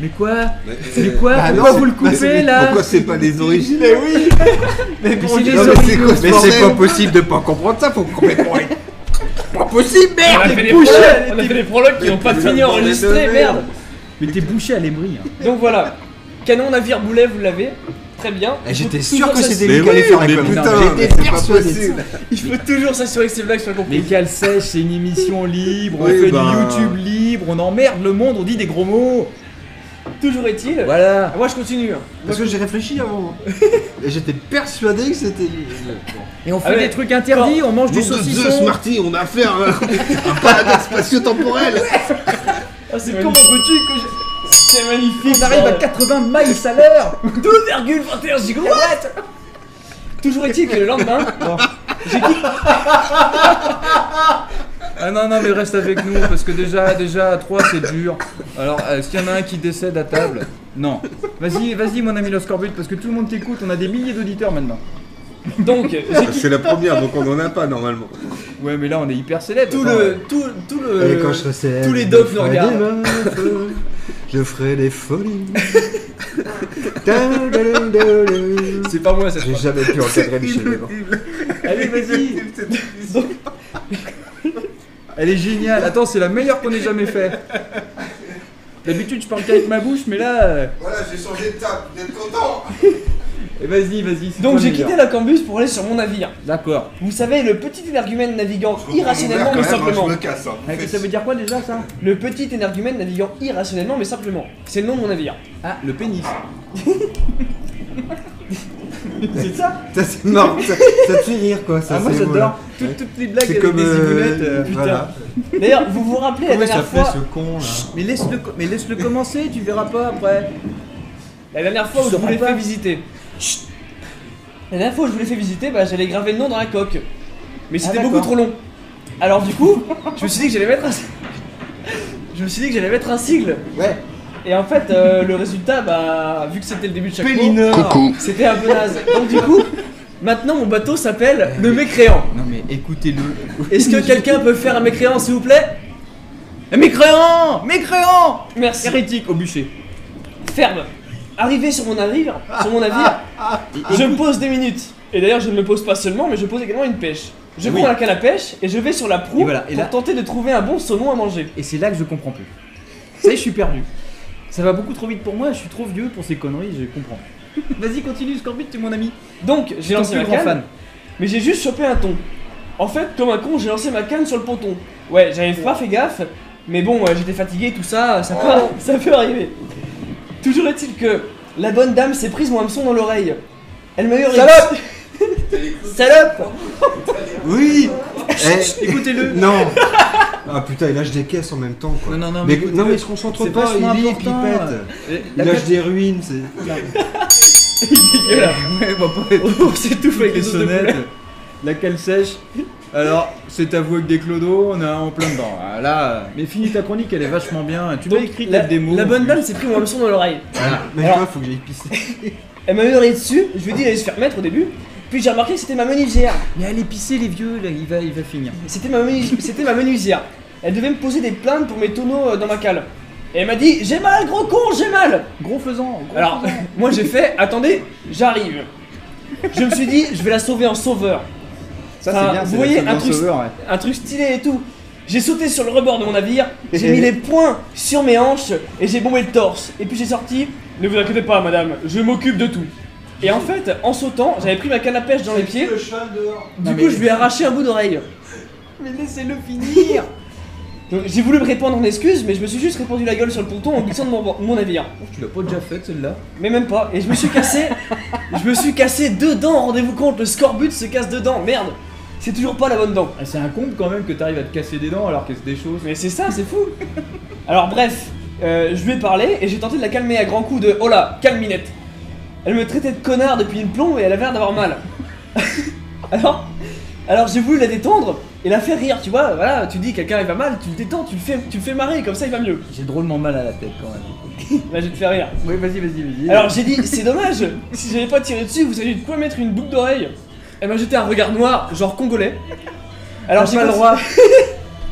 Speaker 4: Mais quoi
Speaker 5: Mais-
Speaker 4: Mais quoi
Speaker 6: Bah
Speaker 4: Pourquoi
Speaker 6: non,
Speaker 4: vous le
Speaker 6: c'est- bah
Speaker 4: coupez
Speaker 6: c'est-
Speaker 4: là
Speaker 5: Pourquoi c'est pas les origines
Speaker 6: Mais oui Mais
Speaker 4: Mais
Speaker 6: bon,
Speaker 4: c'est
Speaker 6: Dieu,
Speaker 4: les
Speaker 6: non, mais c'est
Speaker 4: origines.
Speaker 6: quoi ce
Speaker 4: Mais
Speaker 6: bordel
Speaker 5: possible de pas comprendre ça, faut complètement. pas possible,
Speaker 3: On
Speaker 5: merde
Speaker 3: a fait des
Speaker 4: bouché,
Speaker 3: prologues, on a fait des prologues qui
Speaker 5: mais
Speaker 3: n'ont pas
Speaker 5: putain,
Speaker 3: fini
Speaker 5: bordel de
Speaker 3: enregistrés,
Speaker 5: merde.
Speaker 3: merde
Speaker 4: Mais t'es bouché à hein. l'émeri.
Speaker 3: Donc voilà, canon, navire, boulet, vous l'avez. Très bien.
Speaker 10: Eh,
Speaker 3: Il faut
Speaker 10: J'étais
Speaker 3: toujours
Speaker 10: sûr que
Speaker 3: s'assurer-
Speaker 10: c'était lui qui allait faire la
Speaker 5: mais
Speaker 10: com.
Speaker 5: putain,
Speaker 10: Non,
Speaker 5: mais
Speaker 10: j'étais
Speaker 5: c'est pas
Speaker 10: persuadé.
Speaker 5: possible.
Speaker 3: Il faut toujours s'assurer que ces blagues soient
Speaker 4: Mais
Speaker 3: comprises.
Speaker 4: Cale Sèche, c'est une émission libre, on
Speaker 5: Oui,
Speaker 4: fait
Speaker 6: bah.
Speaker 5: ben.
Speaker 4: du YouTube libre, on emmerde le monde, on dit des gros mots.
Speaker 3: Toujours est-il.
Speaker 4: Voilà.
Speaker 3: Ah, Moi je continue. hein.
Speaker 10: Parce que j'ai réfléchi avant. Et j'étais persuadé que c'était. lui.
Speaker 4: Et on fait
Speaker 3: Ah ouais.
Speaker 4: des trucs interdits, on mange du
Speaker 5: Nom de Zeus,
Speaker 4: saucisson.
Speaker 5: Marty, on a affaire à un paradoxe spatio-temporel.
Speaker 3: Ah, c'est comment peux-tu que je. C'est magnifique.
Speaker 4: On arrive à 80 miles à l'heure.
Speaker 3: 2,21 gigawatts Toujours est-il que le lendemain,
Speaker 4: Ah non, non, mais reste avec nous, parce que déjà, déjà, à 3, c'est dur. Alors, euh, est-ce qu'il y en a un qui décède à table Non. Vas-y, vas-y, mon ami Le Scorbut, parce que tout le monde t'écoute, on a des milliers d'auditeurs maintenant.
Speaker 3: donc, j'ai-
Speaker 5: Ah, C'est la première, donc on n'en a pas normalement.
Speaker 4: Ouais, mais là, on est hyper célèbre.
Speaker 3: tout
Speaker 4: Attends,
Speaker 3: le. Tout, tout le.
Speaker 6: Et quand je serai célèbre,
Speaker 3: tous les docs
Speaker 6: je
Speaker 3: nous
Speaker 6: ferai des
Speaker 3: regardent.
Speaker 6: meufs, Je ferai des folies. Tadadadadadadadadadadadadadadadadadadadadadadadadadadadadadadadadadadadadadadadadadada.
Speaker 3: C'est pas moi cette
Speaker 6: J'ai
Speaker 3: fois.
Speaker 6: jamais pu encadrer Michel Legrand.
Speaker 4: Allez, vas-y.
Speaker 3: Donc,
Speaker 4: Elle est géniale. Attends, c'est la meilleure qu'on ait jamais fait. D'habitude, je parle qu'avec ma bouche, mais là. euh,
Speaker 5: Voilà, j'ai changé de table, vous êtes content
Speaker 4: eh, Vas-y, vas-y. c'est
Speaker 3: donc
Speaker 4: toi
Speaker 3: j'ai
Speaker 4: le meilleur.
Speaker 3: quitté la Cambus pour aller sur mon navire.
Speaker 4: D'accord.
Speaker 3: Vous savez, le petit énergumène naviguant irrationnellement mais simplement.
Speaker 5: casse. hein.
Speaker 4: Ah, Ça veut dire quoi déjà ça
Speaker 3: Le petit énergumène naviguant irrationnellement mais simplement. C'est le nom de mon navire.
Speaker 4: Ah, le pénis.
Speaker 3: C'est ça
Speaker 6: Ça c'est marrant, ça, ça te fait rire quoi. Ça,
Speaker 4: ah, moi
Speaker 6: c'est beau,
Speaker 4: j'adore.
Speaker 6: là.
Speaker 4: Toutes, toutes les blagues
Speaker 6: C'est
Speaker 4: avec
Speaker 6: comme.
Speaker 4: des
Speaker 6: euh,
Speaker 4: zigounettes. euh,
Speaker 6: voilà.
Speaker 3: D'ailleurs, vous vous rappelez la
Speaker 10: Comment il
Speaker 3: dernière
Speaker 10: s'appelait
Speaker 3: fois.
Speaker 10: ce con là
Speaker 4: Mais laisse-le, mais laisse-le commencer, tu verras pas après.
Speaker 3: La dernière fois où
Speaker 4: Tu
Speaker 3: je vous
Speaker 4: sauras
Speaker 3: l'ai
Speaker 4: pas.
Speaker 3: fait visiter. Chut. La dernière fois où je vous l'ai fait visiter, bah, j'allais graver le nom dans la coque. Mais c'était beaucoup
Speaker 4: d'accord.
Speaker 3: trop long. Alors du coup, je me suis dit que j'allais mettre un... Je me suis dit que j'allais mettre un sigle.
Speaker 4: Ouais.
Speaker 3: Et en fait, euh, le résultat, bah, vu que c'était le début de chaque mot,
Speaker 8: Coucou.
Speaker 3: c'était un peu naze. Donc du coup, maintenant mon bateau s'appelle le mécréant.
Speaker 4: Eh Non mais écoutez-le.
Speaker 3: Est-ce que quelqu'un peut faire un mécréant, s'il vous plaît
Speaker 4: Mécréant Mécréant
Speaker 3: Merci.
Speaker 4: Hérétique au bûcher.
Speaker 3: Ferme. Arrivé sur mon navire, sur mon navire, je me pose des minutes. Et d'ailleurs, je ne me pose pas seulement, mais je pose également une pêche. Je
Speaker 4: Eh Oui.
Speaker 3: prends la canne à pêche et je vais sur la proue
Speaker 4: Et voilà, et
Speaker 3: pour
Speaker 4: là-
Speaker 3: tenter de trouver un bon saumon à manger.
Speaker 4: Et c'est là que je comprends plus. Ça y est, je suis perdu. Ça va beaucoup trop vite pour moi, je suis trop vieux pour ces conneries, je comprends. Vas-y, continue, Scorbut, t'es mon ami.
Speaker 3: Donc, j'ai
Speaker 4: Ton
Speaker 3: lancé
Speaker 4: plus
Speaker 3: ma
Speaker 4: grand
Speaker 3: canne,
Speaker 4: fan.
Speaker 3: mais j'ai juste chopé un thon. En fait, comme un con, j'ai lancé ma canne sur le ponton. Ouais, j'avais pas fait gaffe, mais bon, euh, j'étais fatigué, tout ça, ça peut, ça peut arriver. Toujours est-il que la bonne dame s'est prise mon hameçon dans l'oreille. Elle m'a hurlé. Salope Salope
Speaker 6: Oui Eh,
Speaker 4: Écoutez-le.
Speaker 6: Non Ah putain, il lâche des caisses en même temps quoi.
Speaker 4: Non, non, non,
Speaker 6: mais,
Speaker 4: mais-
Speaker 6: non, mais il se concentre
Speaker 4: C'est
Speaker 6: pas, il
Speaker 4: vachement
Speaker 6: lit et
Speaker 4: important.
Speaker 6: pipette.
Speaker 4: Et
Speaker 6: Il
Speaker 4: la
Speaker 6: lâche
Speaker 4: canne-
Speaker 6: des ruines, c'est.
Speaker 3: Dégueulasse.
Speaker 4: Ouais, bah, pas-
Speaker 3: On s'étouffe avec
Speaker 4: les
Speaker 3: les os de poulet.
Speaker 4: sonnettes, la cale sèche. Alors, c'est avoué avec des clodos, on est en plein dedans. Ah, Là, mais finis ta chronique, elle est vachement bien. Tu m'as
Speaker 3: Donc,
Speaker 4: écrit
Speaker 3: la,
Speaker 4: la démo.
Speaker 3: la
Speaker 4: en
Speaker 3: bonne
Speaker 4: plus.
Speaker 3: dame s'est pris mon hameçon dans l'oreille.
Speaker 6: Même
Speaker 3: Alors-
Speaker 6: toi, faut que j'aille pisser.
Speaker 3: Elle m'a hurlé dessus, je lui ai dit d'aller se faire mettre au début. Puis j'ai remarqué que c'était ma menuisière.
Speaker 4: Mais allez pisser les vieux, là, il va, il va finir.
Speaker 3: C'était ma, menu- c'était ma menuisière. Elle devait me poser des plaintes pour mes tonneaux euh, dans ma cale. Et elle m'a dit J'ai mal, gros con, j'ai mal
Speaker 4: Gros faisant. gros
Speaker 3: Alors,
Speaker 4: faisant.
Speaker 3: moi j'ai fait Attendez, j'arrive. Je me suis dit Je vais la sauver en sauveur.
Speaker 4: ça
Speaker 3: enfin,
Speaker 4: c'est bien.
Speaker 3: vous
Speaker 4: c'est
Speaker 3: voyez,
Speaker 4: la
Speaker 3: un
Speaker 4: sauveuse,
Speaker 3: truc-
Speaker 4: sauveur, ouais.
Speaker 3: un truc stylé et tout. J'ai sauté sur le rebord de mon navire, j'ai mis les poings sur mes hanches et j'ai bombé le torse. Et puis j'ai sorti Ne vous inquiétez pas, madame, je m'occupe de tout. Et en fait, en sautant, j'avais pris ma canne à pêche dans les pieds. Du
Speaker 4: Non,
Speaker 3: coup,
Speaker 4: mais-
Speaker 3: je lui ai arraché un bout d'oreille.
Speaker 4: Mais laissez-le finir.
Speaker 3: Donc j'ai voulu me répandre en excuses, mais je me suis juste répandu la gueule sur le ponton en glissant de mon, de mon navire.
Speaker 4: tu l'as pas déjà faite celle-là
Speaker 3: Mais même pas. Et je me suis cassé. je me suis cassé deux dents, rendez-vous compte, le scorbut se casse deux dents. Merde, c'est toujours pas la bonne dent.
Speaker 4: Ah, C'est un comble quand même que t'arrives à te casser des dents alors que c'est des choses.
Speaker 3: Mais c'est ça, c'est fou Alors bref, euh, je lui ai parlé et j'ai tenté de la calmer à grands coups de « Oh là, calminette !» Elle me traitait de connard depuis une plombe et elle avait l'air d'avoir mal. alors alors j'ai voulu la détendre et la faire rire, tu vois, voilà, tu dis quelqu'un il va mal, tu le détends, tu le fais, tu le fais marrer, comme ça il va mieux.
Speaker 4: J'ai drôlement mal à la tête quand même.
Speaker 3: Là je vais te faire rire.
Speaker 4: Oui, vas-y, vas-y, vas-y.
Speaker 3: Alors j'ai dit, c'est dommage, si j'avais pas tiré dessus, vous aviez de quoi mettre une boucle d'oreille. Elle m'a jeté un regard noir, genre congolais. Alors
Speaker 4: t'as
Speaker 3: j'ai
Speaker 4: pas le
Speaker 3: conti-
Speaker 4: droit.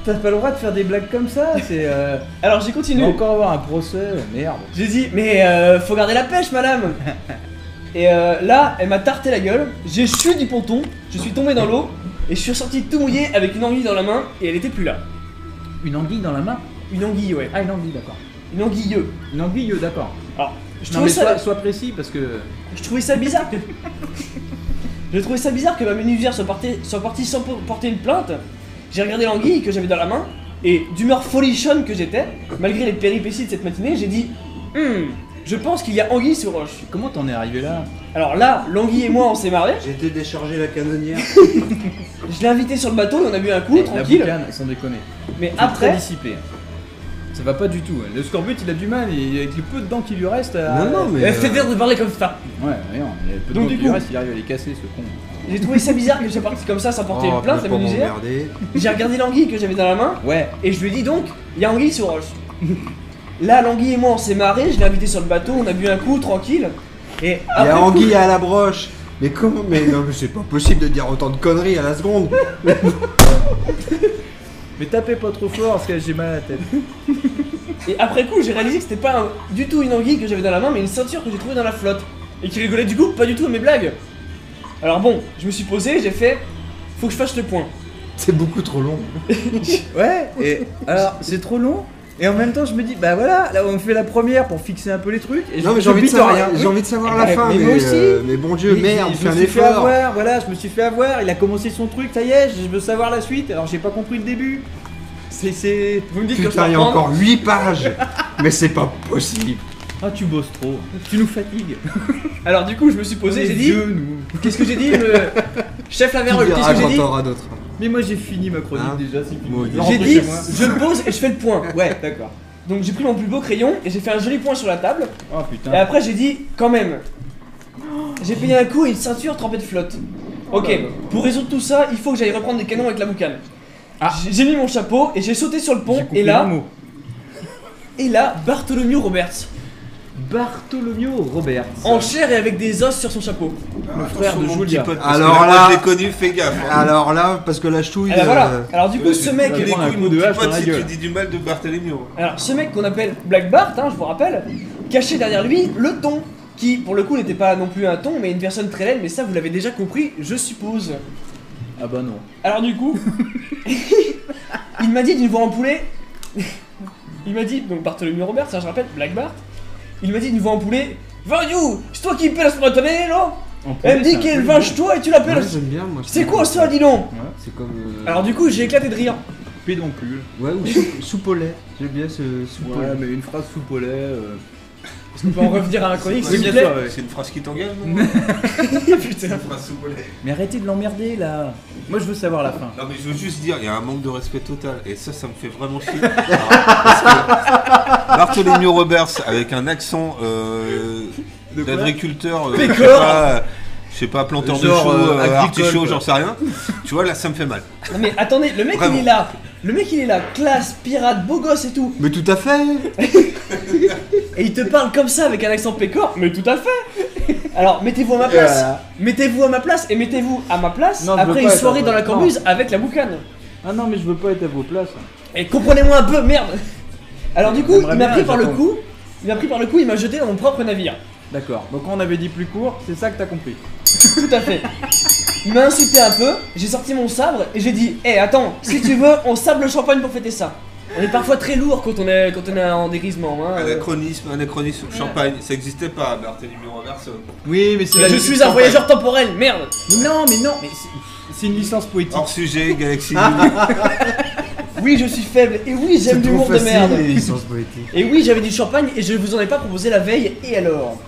Speaker 4: T'as pas le droit de faire des blagues comme ça. C'est. euh,
Speaker 3: Alors j'ai
Speaker 4: On
Speaker 3: continué.
Speaker 4: va encore avoir un procès. euh, Merde.
Speaker 3: J'ai dit, mais euh, faut garder la pêche, madame. Et euh, là, elle m'a tarté la gueule. J'ai chuté du ponton, je suis tombé dans l'eau et je suis ressorti tout mouillé avec une anguille dans la main et elle était plus là.
Speaker 4: Une anguille dans la main
Speaker 3: Une anguille, ouais.
Speaker 4: Ah, une anguille, d'accord.
Speaker 3: Une anguille.
Speaker 4: Une anguille, euh, d'accord.
Speaker 3: Alors, Je
Speaker 4: Ah. Non
Speaker 3: trouvais,
Speaker 4: mais
Speaker 3: ça,
Speaker 4: sois, sois précis parce que.
Speaker 3: je trouvais ça bizarre que. je trouvais ça bizarre que ma menuisière soit partie, soit partie sans po- porter une plainte. J'ai regardé l'anguille que j'avais dans la main, et d'humeur folichonne que j'étais, malgré les péripéties de cette matinée, j'ai dit Hmm, je pense qu'il y a anguille sur roche.
Speaker 4: Comment t'en es arrivé là
Speaker 3: Alors là, l'anguille et moi, on s'est marrés.
Speaker 6: J'ai été déchargé la canonnière.
Speaker 3: Je l'ai invité sur le bateau, et on a bu un coup,
Speaker 4: Eh,
Speaker 3: tranquille.
Speaker 4: La boucane, sans déconner.
Speaker 3: Mais
Speaker 4: C'est très
Speaker 3: après,
Speaker 4: dissipé. Ça va pas du tout. hein. Le scorbut, il a du mal. et avec le peu de dents qui lui reste. à-
Speaker 11: Non, non, mais.
Speaker 3: Euh,
Speaker 11: euh,
Speaker 3: faites bien de parler comme ça.
Speaker 4: Ouais, rien. Il a le peu de
Speaker 3: Donc,
Speaker 4: dents
Speaker 3: du
Speaker 4: qui lui
Speaker 3: coup-
Speaker 4: reste, il arrive à les casser, ce con.
Speaker 3: J'ai trouvé ça bizarre que j'ai parti comme ça sans porter
Speaker 11: oh,
Speaker 3: une plainte, la
Speaker 11: pour
Speaker 3: menuisière.
Speaker 11: m'emmerder.
Speaker 3: J'ai regardé l'anguille que j'avais dans la main
Speaker 4: Ouais.
Speaker 3: et je lui ai dit donc, il y a anguille sur roche. Là, l'anguille et moi, on s'est marrés, je l'ai invité sur le bateau, on a bu un coup tranquille. Et
Speaker 6: Il y
Speaker 3: après,
Speaker 6: a
Speaker 3: coup,
Speaker 6: Anguille à la broche. Mais comment Mais non, mais c'est pas possible de dire autant de conneries à la seconde.
Speaker 4: Mais tapez pas trop fort parce que j'ai mal à la tête.
Speaker 3: et après coup, j'ai réalisé que c'était pas un- du tout une anguille que j'avais dans la main, mais une ceinture que j'ai trouvée dans la flotte et qui rigolait du coup pas du tout à mes blagues. Alors bon, je me suis posé, j'ai fait, faut que je fasse le point.
Speaker 6: C'est beaucoup trop long.
Speaker 4: Ouais, et alors c'est trop long. Et en même temps, je me dis, bah voilà, là on fait la première pour fixer un peu les trucs. Et
Speaker 6: Non,
Speaker 4: je
Speaker 6: mais j'ai envie de
Speaker 4: bute en
Speaker 6: savoir,
Speaker 4: rien.
Speaker 6: j'ai envie de savoir la
Speaker 4: Eh,
Speaker 6: fin.
Speaker 4: mais moi aussi.
Speaker 6: euh, mais bon Dieu,
Speaker 4: Oui,
Speaker 6: merde,
Speaker 4: je
Speaker 6: fais
Speaker 4: me
Speaker 6: un
Speaker 4: suis fait
Speaker 6: effort.
Speaker 4: avoir, voilà, je me suis fait avoir. Il a commencé son truc, ça y est, je veux savoir la suite. Alors j'ai pas compris le début. C'est. c'est...
Speaker 3: Vous me dites que je dois
Speaker 6: Putain, il y a
Speaker 3: prendre.
Speaker 6: encore 8 pages. mais c'est pas possible.
Speaker 4: Ah, tu bosses trop. Tu nous fatigues.
Speaker 3: Alors du coup, je me suis posé,
Speaker 4: On est
Speaker 3: j'ai dit,
Speaker 4: vieux, nous.
Speaker 3: qu'est-ce que j'ai dit le... Chef
Speaker 6: Tu
Speaker 3: Laverole, qu'est-ce
Speaker 6: verras
Speaker 3: que j'ai
Speaker 6: quand
Speaker 3: dit
Speaker 6: t'auras d'autres.
Speaker 4: Mais moi j'ai fini ma chronique
Speaker 6: Hein
Speaker 4: déjà, c'est fini.
Speaker 6: Maudit.
Speaker 4: Je vais
Speaker 3: J'ai
Speaker 4: rentrer
Speaker 3: dit,
Speaker 4: chez moi.
Speaker 3: je me pose et je fais le point.
Speaker 4: Ouais, d'accord.
Speaker 3: Donc j'ai pris mon plus beau crayon et j'ai fait un joli point sur la table.
Speaker 4: Oh
Speaker 3: Et
Speaker 4: putain.
Speaker 3: après j'ai dit quand même. J'ai payé un coup et une ceinture trempée de flotte.
Speaker 4: Oh
Speaker 3: Ok, pour résoudre tout ça, il faut que j'aille reprendre des canons avec la boucane.
Speaker 4: Ah.
Speaker 3: J'ai- J'ai mis mon chapeau et j'ai sauté sur le
Speaker 4: J'ai
Speaker 3: pont
Speaker 4: coupé
Speaker 3: et
Speaker 4: le
Speaker 3: là,
Speaker 4: mot.
Speaker 3: et là, Bartholomew Roberts,
Speaker 4: Bartholomew Robert.
Speaker 3: en chair et avec des os sur son chapeau.
Speaker 4: le frère de Julia.
Speaker 5: Alors
Speaker 6: Alors
Speaker 5: là,
Speaker 6: là- Ah,
Speaker 5: je l'ai connu, fais gaffe. hein.
Speaker 6: Alors là, parce que la ch'touille.
Speaker 4: Eh ben
Speaker 3: Alors
Speaker 6: euh,
Speaker 3: Eh ben voilà, alors du coup
Speaker 5: Ouais,
Speaker 3: ce
Speaker 5: tu-
Speaker 3: mec,
Speaker 5: tu
Speaker 4: il
Speaker 5: les
Speaker 4: prend un
Speaker 5: couilles,
Speaker 4: coup de
Speaker 5: mon petit
Speaker 4: hache dans
Speaker 5: pote,
Speaker 4: la
Speaker 5: si
Speaker 4: gueule.
Speaker 5: tu dis du mal de Barthélemy. hein.
Speaker 3: alors ce mec qu'on appelle Black Bart, hein, je vous rappelle, cachait derrière lui le ton, qui pour le coup n'était pas non plus un ton mais une personne très laine, mais ça vous l'avez déjà compris, je suppose.
Speaker 4: Ah bah non.
Speaker 3: Alors du coup, il m'a dit d'une voix en poulet. Il m'a dit, donc Bartholomew Robert, ça je rappelle, Black Bart. Il m'a dit d'une voix en poulet. Vendu, c'est toi qui pèles pour tonner, non Elle me dit qu'elle vache toi et tu
Speaker 6: ouais,
Speaker 3: l'appelles.
Speaker 6: j'aime bien, moi. je
Speaker 3: C'est
Speaker 6: trouve.
Speaker 3: quoi ça, dis donc
Speaker 4: Ouais,
Speaker 6: C'est comme. euh,
Speaker 4: Ah.
Speaker 3: Alors du coup, j'ai éclaté de rire.
Speaker 4: Pédoncule.
Speaker 6: Ouais, ou soupe- soupe au lait. J'aime bien ce soupe au
Speaker 4: Ouais,
Speaker 6: lait.
Speaker 4: mais une phrase sous pollet. euh,
Speaker 3: Est-ce qu'on peut en revenir à la chronique,
Speaker 5: C'est
Speaker 3: s'il vous
Speaker 5: une
Speaker 3: plaît
Speaker 5: phrase- c'est une phrase qui t'engage, non C'est
Speaker 3: Putain.
Speaker 5: une phrase sous volet.
Speaker 4: Mais arrêtez de l'emmerder là Moi je veux savoir la fin.
Speaker 5: Non mais je veux juste dire, il y a un manque de respect total et ça, ça me fait vraiment chier. Parce que Bartholomew Roberts avec un accent euh, d'agriculteur, euh, je sais pas, je sais pas, planteur de
Speaker 6: Genre,
Speaker 5: chaux,
Speaker 6: euh,
Speaker 5: euh,
Speaker 6: agricole,
Speaker 5: artichaut,
Speaker 6: quoi.
Speaker 5: j'en sais rien. Tu vois là, ça me fait mal.
Speaker 3: Non mais attendez, le mec
Speaker 5: Vraiment.
Speaker 3: il est là. Le mec il est là, classe, pirate, beau gosse et tout.
Speaker 6: Mais tout à fait
Speaker 3: Et il te parle comme ça avec un accent pécor. Mais tout à fait Alors mettez-vous à ma place. Mettez-vous à ma place et mettez-vous à ma place
Speaker 4: Euh. Non, je veux
Speaker 3: après une
Speaker 4: pas être
Speaker 3: soirée
Speaker 4: à-
Speaker 3: dans la
Speaker 4: non.
Speaker 3: cambuse avec la boucane.
Speaker 4: Ah non mais je veux pas être à vos places.
Speaker 3: Et comprenez-moi un peu, merde Alors du coup,
Speaker 4: J'aimerais
Speaker 3: il m'a
Speaker 4: bien,
Speaker 3: pris par le
Speaker 4: j'attends.
Speaker 3: cou, il m'a pris par le cou, il m'a jeté dans mon propre navire.
Speaker 4: D'accord. Donc quand on avait dit plus court, c'est ça que t'as compris.
Speaker 3: Tout à fait. Il m'a insulté un peu, j'ai sorti mon sabre et j'ai dit Hé, attends, si tu veux, on sable le champagne pour fêter ça. On est parfois très lourd quand on est, quand on est en dégrisement.
Speaker 4: Ah,
Speaker 3: Hein.
Speaker 5: Anachronisme, anachronisme, champagne, ça existait pas Barthélemy Roberts. euh,
Speaker 4: Oui mais c'est
Speaker 3: Je
Speaker 4: la-
Speaker 3: suis un voyageur temporel, merde
Speaker 4: Mais Non mais non mais c'est- c'est une licence poétique.
Speaker 5: Hors sujet, Galaxy.
Speaker 3: Oui, je suis faible, et oui, j'aime
Speaker 6: C'est trop
Speaker 3: l'humour de
Speaker 6: facile,
Speaker 3: merde
Speaker 6: les licences poétiques.
Speaker 3: Et oui, j'avais du champagne et je vous en ai pas proposé la veille, et alors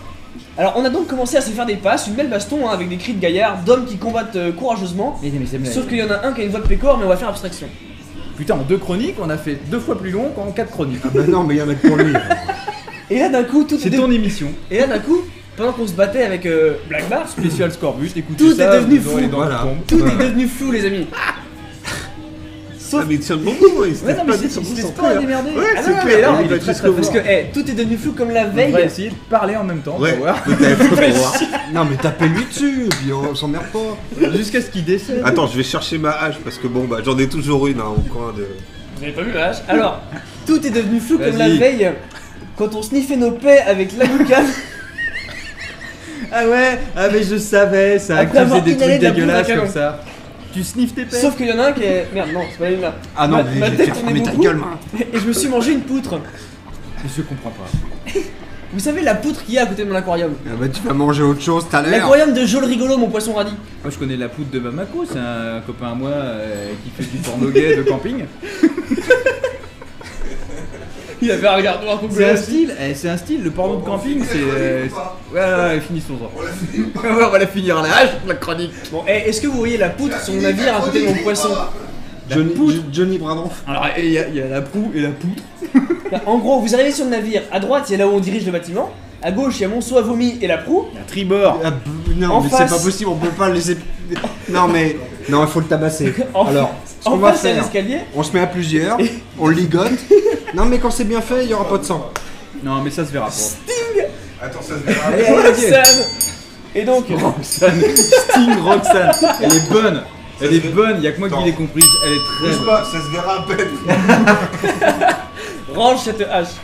Speaker 3: Alors, on a donc commencé à se faire des passes, une belle baston hein, avec des cris de gaillards, d'hommes qui combattent euh, courageusement.
Speaker 4: Mais- mais c'est- mais-
Speaker 3: Sauf qu'il y en a un qui a une voix de pécore, mais on va faire abstraction.
Speaker 4: Putain en deux chroniques on a fait deux fois plus long qu'en quatre chroniques.
Speaker 6: Bah non, mais il y en a que pour lui.
Speaker 3: Et là d'un coup, tout est,
Speaker 4: C'est ton émission.
Speaker 3: Et là d'un coup, pendant qu'on se battait avec euh, Black Bart,
Speaker 4: Spécial Scorbut, écoutez
Speaker 3: Tout
Speaker 4: ça.
Speaker 3: est devenu
Speaker 4: vous
Speaker 3: fou.
Speaker 4: aurez dans la
Speaker 6: Voilà.
Speaker 4: tombe.
Speaker 3: tout est devenu flou, les amis.
Speaker 5: Ah, mais il tient le bon bout, il se
Speaker 3: Ouais,
Speaker 5: laisse
Speaker 3: non,
Speaker 5: pas
Speaker 3: mais
Speaker 5: dire
Speaker 3: c'est
Speaker 5: sur son
Speaker 3: c'est
Speaker 5: centre,
Speaker 3: pas
Speaker 5: hein.
Speaker 3: démerdé.
Speaker 5: Ouais,
Speaker 3: Ah
Speaker 5: c'est
Speaker 3: non, non,
Speaker 5: clair,
Speaker 3: mais là, on
Speaker 5: il
Speaker 3: est
Speaker 5: va
Speaker 3: très,
Speaker 5: jusqu'au
Speaker 3: très- parce que
Speaker 5: bout.
Speaker 3: eh, tout est devenu flou comme la
Speaker 4: On va
Speaker 3: veille.
Speaker 4: essayer de parler en même temps pour
Speaker 5: Ouais,
Speaker 4: voir.
Speaker 5: peut-être.
Speaker 6: Non, mais tapez-lui dessus, et puis on s'emmerde pas.
Speaker 4: Jusqu'à ce qu'il décède.
Speaker 5: Attends, je vais chercher ma hache parce que bon, bah j'en ai toujours une hein, au coin de.
Speaker 3: Vous avez pas vu la hache Alors, tout est devenu flou comme la
Speaker 4: Vas-y.
Speaker 3: veille. Quand on sniffait nos paix avec la boucane,
Speaker 4: Ah ouais Ah mais je savais ça
Speaker 3: Après avoir
Speaker 4: activait des
Speaker 3: inhalé
Speaker 4: trucs
Speaker 3: de la poudre à
Speaker 4: dégueulasses
Speaker 3: canon.
Speaker 4: comme ça. Tu sniffes tes pères
Speaker 3: sauf qu'il y en a un qui est. Merde, non, c'est pas la lune là.
Speaker 6: Ah non,
Speaker 3: Ma-
Speaker 6: mais
Speaker 3: ma
Speaker 6: j'ai
Speaker 3: tête
Speaker 6: fait
Speaker 3: tournait
Speaker 6: fermer ta
Speaker 3: beaucoup.
Speaker 6: gueule, moi.
Speaker 3: Et je me suis mangé une poutre.
Speaker 4: Je comprends pas.
Speaker 3: Vous savez la poutre qu'il y a à côté de mon aquarium
Speaker 6: Ah bah tu vas manger autre chose tout à l'heure.
Speaker 3: L'aquarium de Joel Rigolo, mon poisson radis.
Speaker 12: Moi, je connais la poudre de Mamako, c'est un copain à moi euh, qui fait du porno gay de camping.
Speaker 3: Il avait un regard noir
Speaker 12: C'est
Speaker 3: complet.
Speaker 12: un style, eh, c'est un style, le porno de camping, c'est. euh, c'est- Ouais, ouais, ouais, finissons-en. Ouais, on va la finir là, je- la chronique.
Speaker 3: Bon, eh, est-ce que vous voyez la poutre sur mon navire à côté de mon poisson
Speaker 6: Johnny, Jo- Johnny Bravoff.
Speaker 12: Alors, eh, il y, a- il y a la proue et la poutre.
Speaker 3: Bah, En gros, vous arrivez sur le navire, à droite, il y a là où on dirige le bâtiment. À gauche, il y a mon seau à vomi et la proue.
Speaker 12: La tribord.
Speaker 6: Ah, b- non,
Speaker 3: En
Speaker 6: mais
Speaker 3: face.
Speaker 6: c'est pas possible, on peut pas le laisser. Non, mais. Non, il faut le tabasser.
Speaker 3: En-
Speaker 6: Alors, ce qu'on
Speaker 3: en
Speaker 6: va
Speaker 3: face, il y a
Speaker 6: faire,
Speaker 3: l'escalier.
Speaker 6: on se met à plusieurs, on le ligote. Non, mais quand c'est bien fait, il y aura pas de sang.
Speaker 12: Non, mais ça se verra pas.
Speaker 5: Attends, ça se verra.
Speaker 3: Et Roxane. Et donc,
Speaker 12: Roxane, Sting Roxane. Elle est bonne. Elle est bonne, il y a que moi qui l'ai comprise. Elle est très bonne.
Speaker 5: ça se verra à peine.
Speaker 3: range cette hache.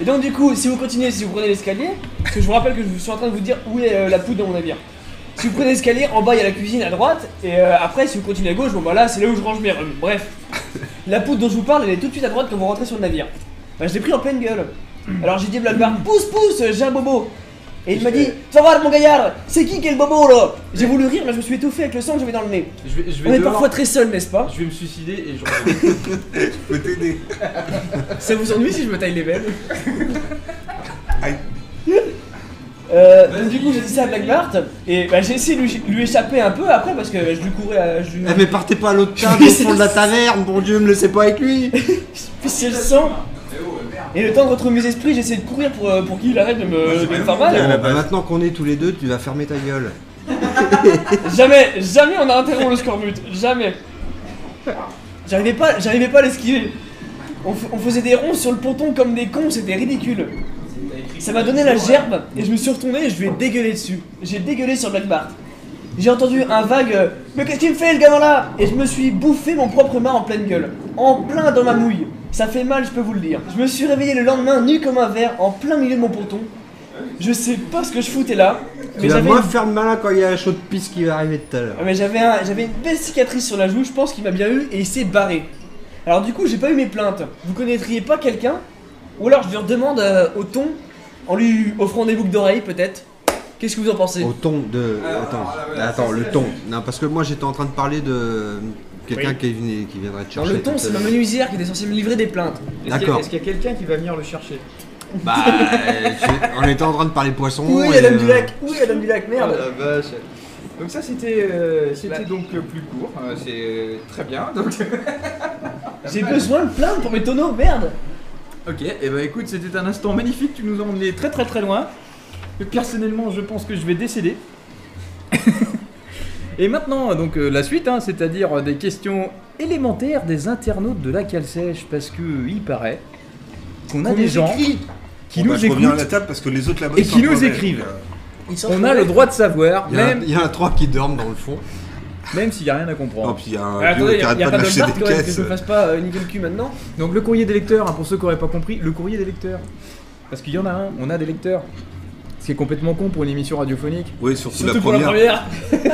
Speaker 3: Et donc, du coup, si vous continuez, si vous prenez l'escalier, parce que je vous rappelle que je suis en train de vous dire où est euh, la poutre dans mon navire. Si vous prenez l'escalier, en bas il y a la cuisine à droite, et euh, après si vous continuez à gauche, bon bah là c'est là où je range mes rhums. Bref, la poudre dont je vous parle elle est tout de suite à droite quand vous rentrez sur le navire. Bah, je l'ai pris en pleine gueule. Alors j'ai dit à Blablar,
Speaker 12: Mm.
Speaker 3: pousse pousse, j'ai un bobo. Et il m'a dit, va voir mon gaillard, c'est qui qui est le bobo là J'ai voulu rire mais je me suis étouffé avec le sang que j'avais dans le nez.
Speaker 12: Je vais, je
Speaker 3: On
Speaker 12: vais
Speaker 3: est
Speaker 12: dehors,
Speaker 3: parfois très seul, n'est-ce pas
Speaker 12: je vais me suicider et je
Speaker 5: Je peux t'aider.
Speaker 3: Ça vous ennuie si je me taille les veines
Speaker 5: Aïe.
Speaker 3: Euh, donc du coup j'ai dit ça à Black Bart et bah, j'ai essayé de lui, lui échapper un peu après parce que bah, je lui courais à, je lui
Speaker 6: Eh, mais partez pas à l'autre table, au fond de la taverne, bon Dieu, me laissez pas avec lui.
Speaker 3: pissais le sang et le temps de retrouver mes esprits j'ai essayé de courir pour, euh, pour qu'il arrête de me, de me faire mal
Speaker 6: Bon, bah, maintenant qu'on est tous les deux, tu vas fermer ta gueule.
Speaker 3: Jamais, jamais on a interrompu le score but, jamais. J'arrivais pas, j'arrivais pas à l'esquiver. On, f- on faisait des ronds sur le ponton comme des cons, c'était ridicule. Ça m'a donné la gerbe et je me suis retourné et je lui ai dégueulé dessus. J'ai dégueulé sur Black Bart. J'ai entendu un vague euh, Mais qu'est-ce qu'il me fait le gamin là Et je me suis bouffé mon propre mât en pleine gueule. En plein dans ma mouille. Ça fait mal, je peux vous le dire. Je me suis réveillé le lendemain nu comme un verre en plein milieu de mon ponton. Je sais pas ce que je foutais là.
Speaker 6: Tu vas
Speaker 3: j'avais
Speaker 6: moins
Speaker 3: une
Speaker 6: faire malin quand il y a la chaude pisse qui va arriver tout à l'heure.
Speaker 3: ah, Mais j'avais un- j'avais une belle cicatrice sur la joue, je pense qu'il m'a bien eu et il s'est barré. Alors du coup, j'ai pas eu mes plaintes. Vous connaîtriez pas quelqu'un Ou alors je lui redemande euh, au ton en lui offrant des boucles d'oreilles peut-être. Qu'est-ce que vous en pensez
Speaker 6: Au ton de. Attends, attends le ton. Non, parce que moi j'étais en train de parler de quelqu'un qui, est venu- qui viendrait te
Speaker 3: Dans
Speaker 6: chercher.
Speaker 3: le ton,
Speaker 6: tout à
Speaker 3: c'est ma
Speaker 6: l'heure.
Speaker 3: menuisière qui était censée me livrer des plaintes.
Speaker 4: Est-ce qu'il y a-
Speaker 6: D'accord.
Speaker 4: Est-ce qu'il y a quelqu'un qui va venir le chercher
Speaker 6: Bah, euh, je- on était en train de parler poisson.
Speaker 3: Oui,
Speaker 6: et,
Speaker 3: Adam du
Speaker 6: euh,
Speaker 3: lac Oui, Adam du lac,
Speaker 4: Ah
Speaker 3: merde
Speaker 4: la vache. Donc ça c'était euh, c'était
Speaker 12: Bah.
Speaker 4: donc le plus court, euh, c'est euh, très bien. Donc
Speaker 3: J'ai besoin de plaintes pour mes tonneaux, merde
Speaker 4: Ok, et bah écoute, c'était un instant magnifique, tu nous as emmené très très très loin. Personnellement, je pense que je vais décéder. et maintenant, donc euh, la suite, hein, c'est-à-dire euh, des questions élémentaires des internautes de la cale sèche, parce que euh, il paraît qu'on a des gens qui
Speaker 5: Bon, bah,
Speaker 4: nous
Speaker 5: je reviens à la
Speaker 4: écoutent.
Speaker 5: table parce que les autres là-bas
Speaker 4: et
Speaker 5: ils
Speaker 4: qui
Speaker 5: sont
Speaker 4: nous
Speaker 5: pas mal.
Speaker 4: écrivent.
Speaker 5: Euh,
Speaker 3: Ils sont
Speaker 4: On a
Speaker 3: trouvés.
Speaker 4: le droit de savoir,
Speaker 6: Il y, en a-
Speaker 4: même,
Speaker 6: il y en a trois qui dorment dans le fond.
Speaker 4: même s'il n'y a rien à
Speaker 5: Non,
Speaker 4: comprendre.
Speaker 5: puis il y a un
Speaker 3: Ah,
Speaker 5: vieux
Speaker 3: attendez,
Speaker 5: qui
Speaker 3: y a,
Speaker 5: arrête
Speaker 3: y a
Speaker 5: pas de
Speaker 3: pas de
Speaker 5: lâcher
Speaker 3: marque
Speaker 5: des
Speaker 3: quand même que je
Speaker 5: caisses.
Speaker 3: me fasse pas euh, niquer le cul maintenant.
Speaker 4: Donc le courrier des lecteurs, hein, pour ceux qui n'auraient pas compris, le courrier des lecteurs. Parce qu'il y en a un, on a des lecteurs. Ce qui est complètement con pour une émission radiophonique.
Speaker 5: Oui, surtout
Speaker 3: Surtout
Speaker 5: la
Speaker 3: pour la
Speaker 5: première.
Speaker 3: première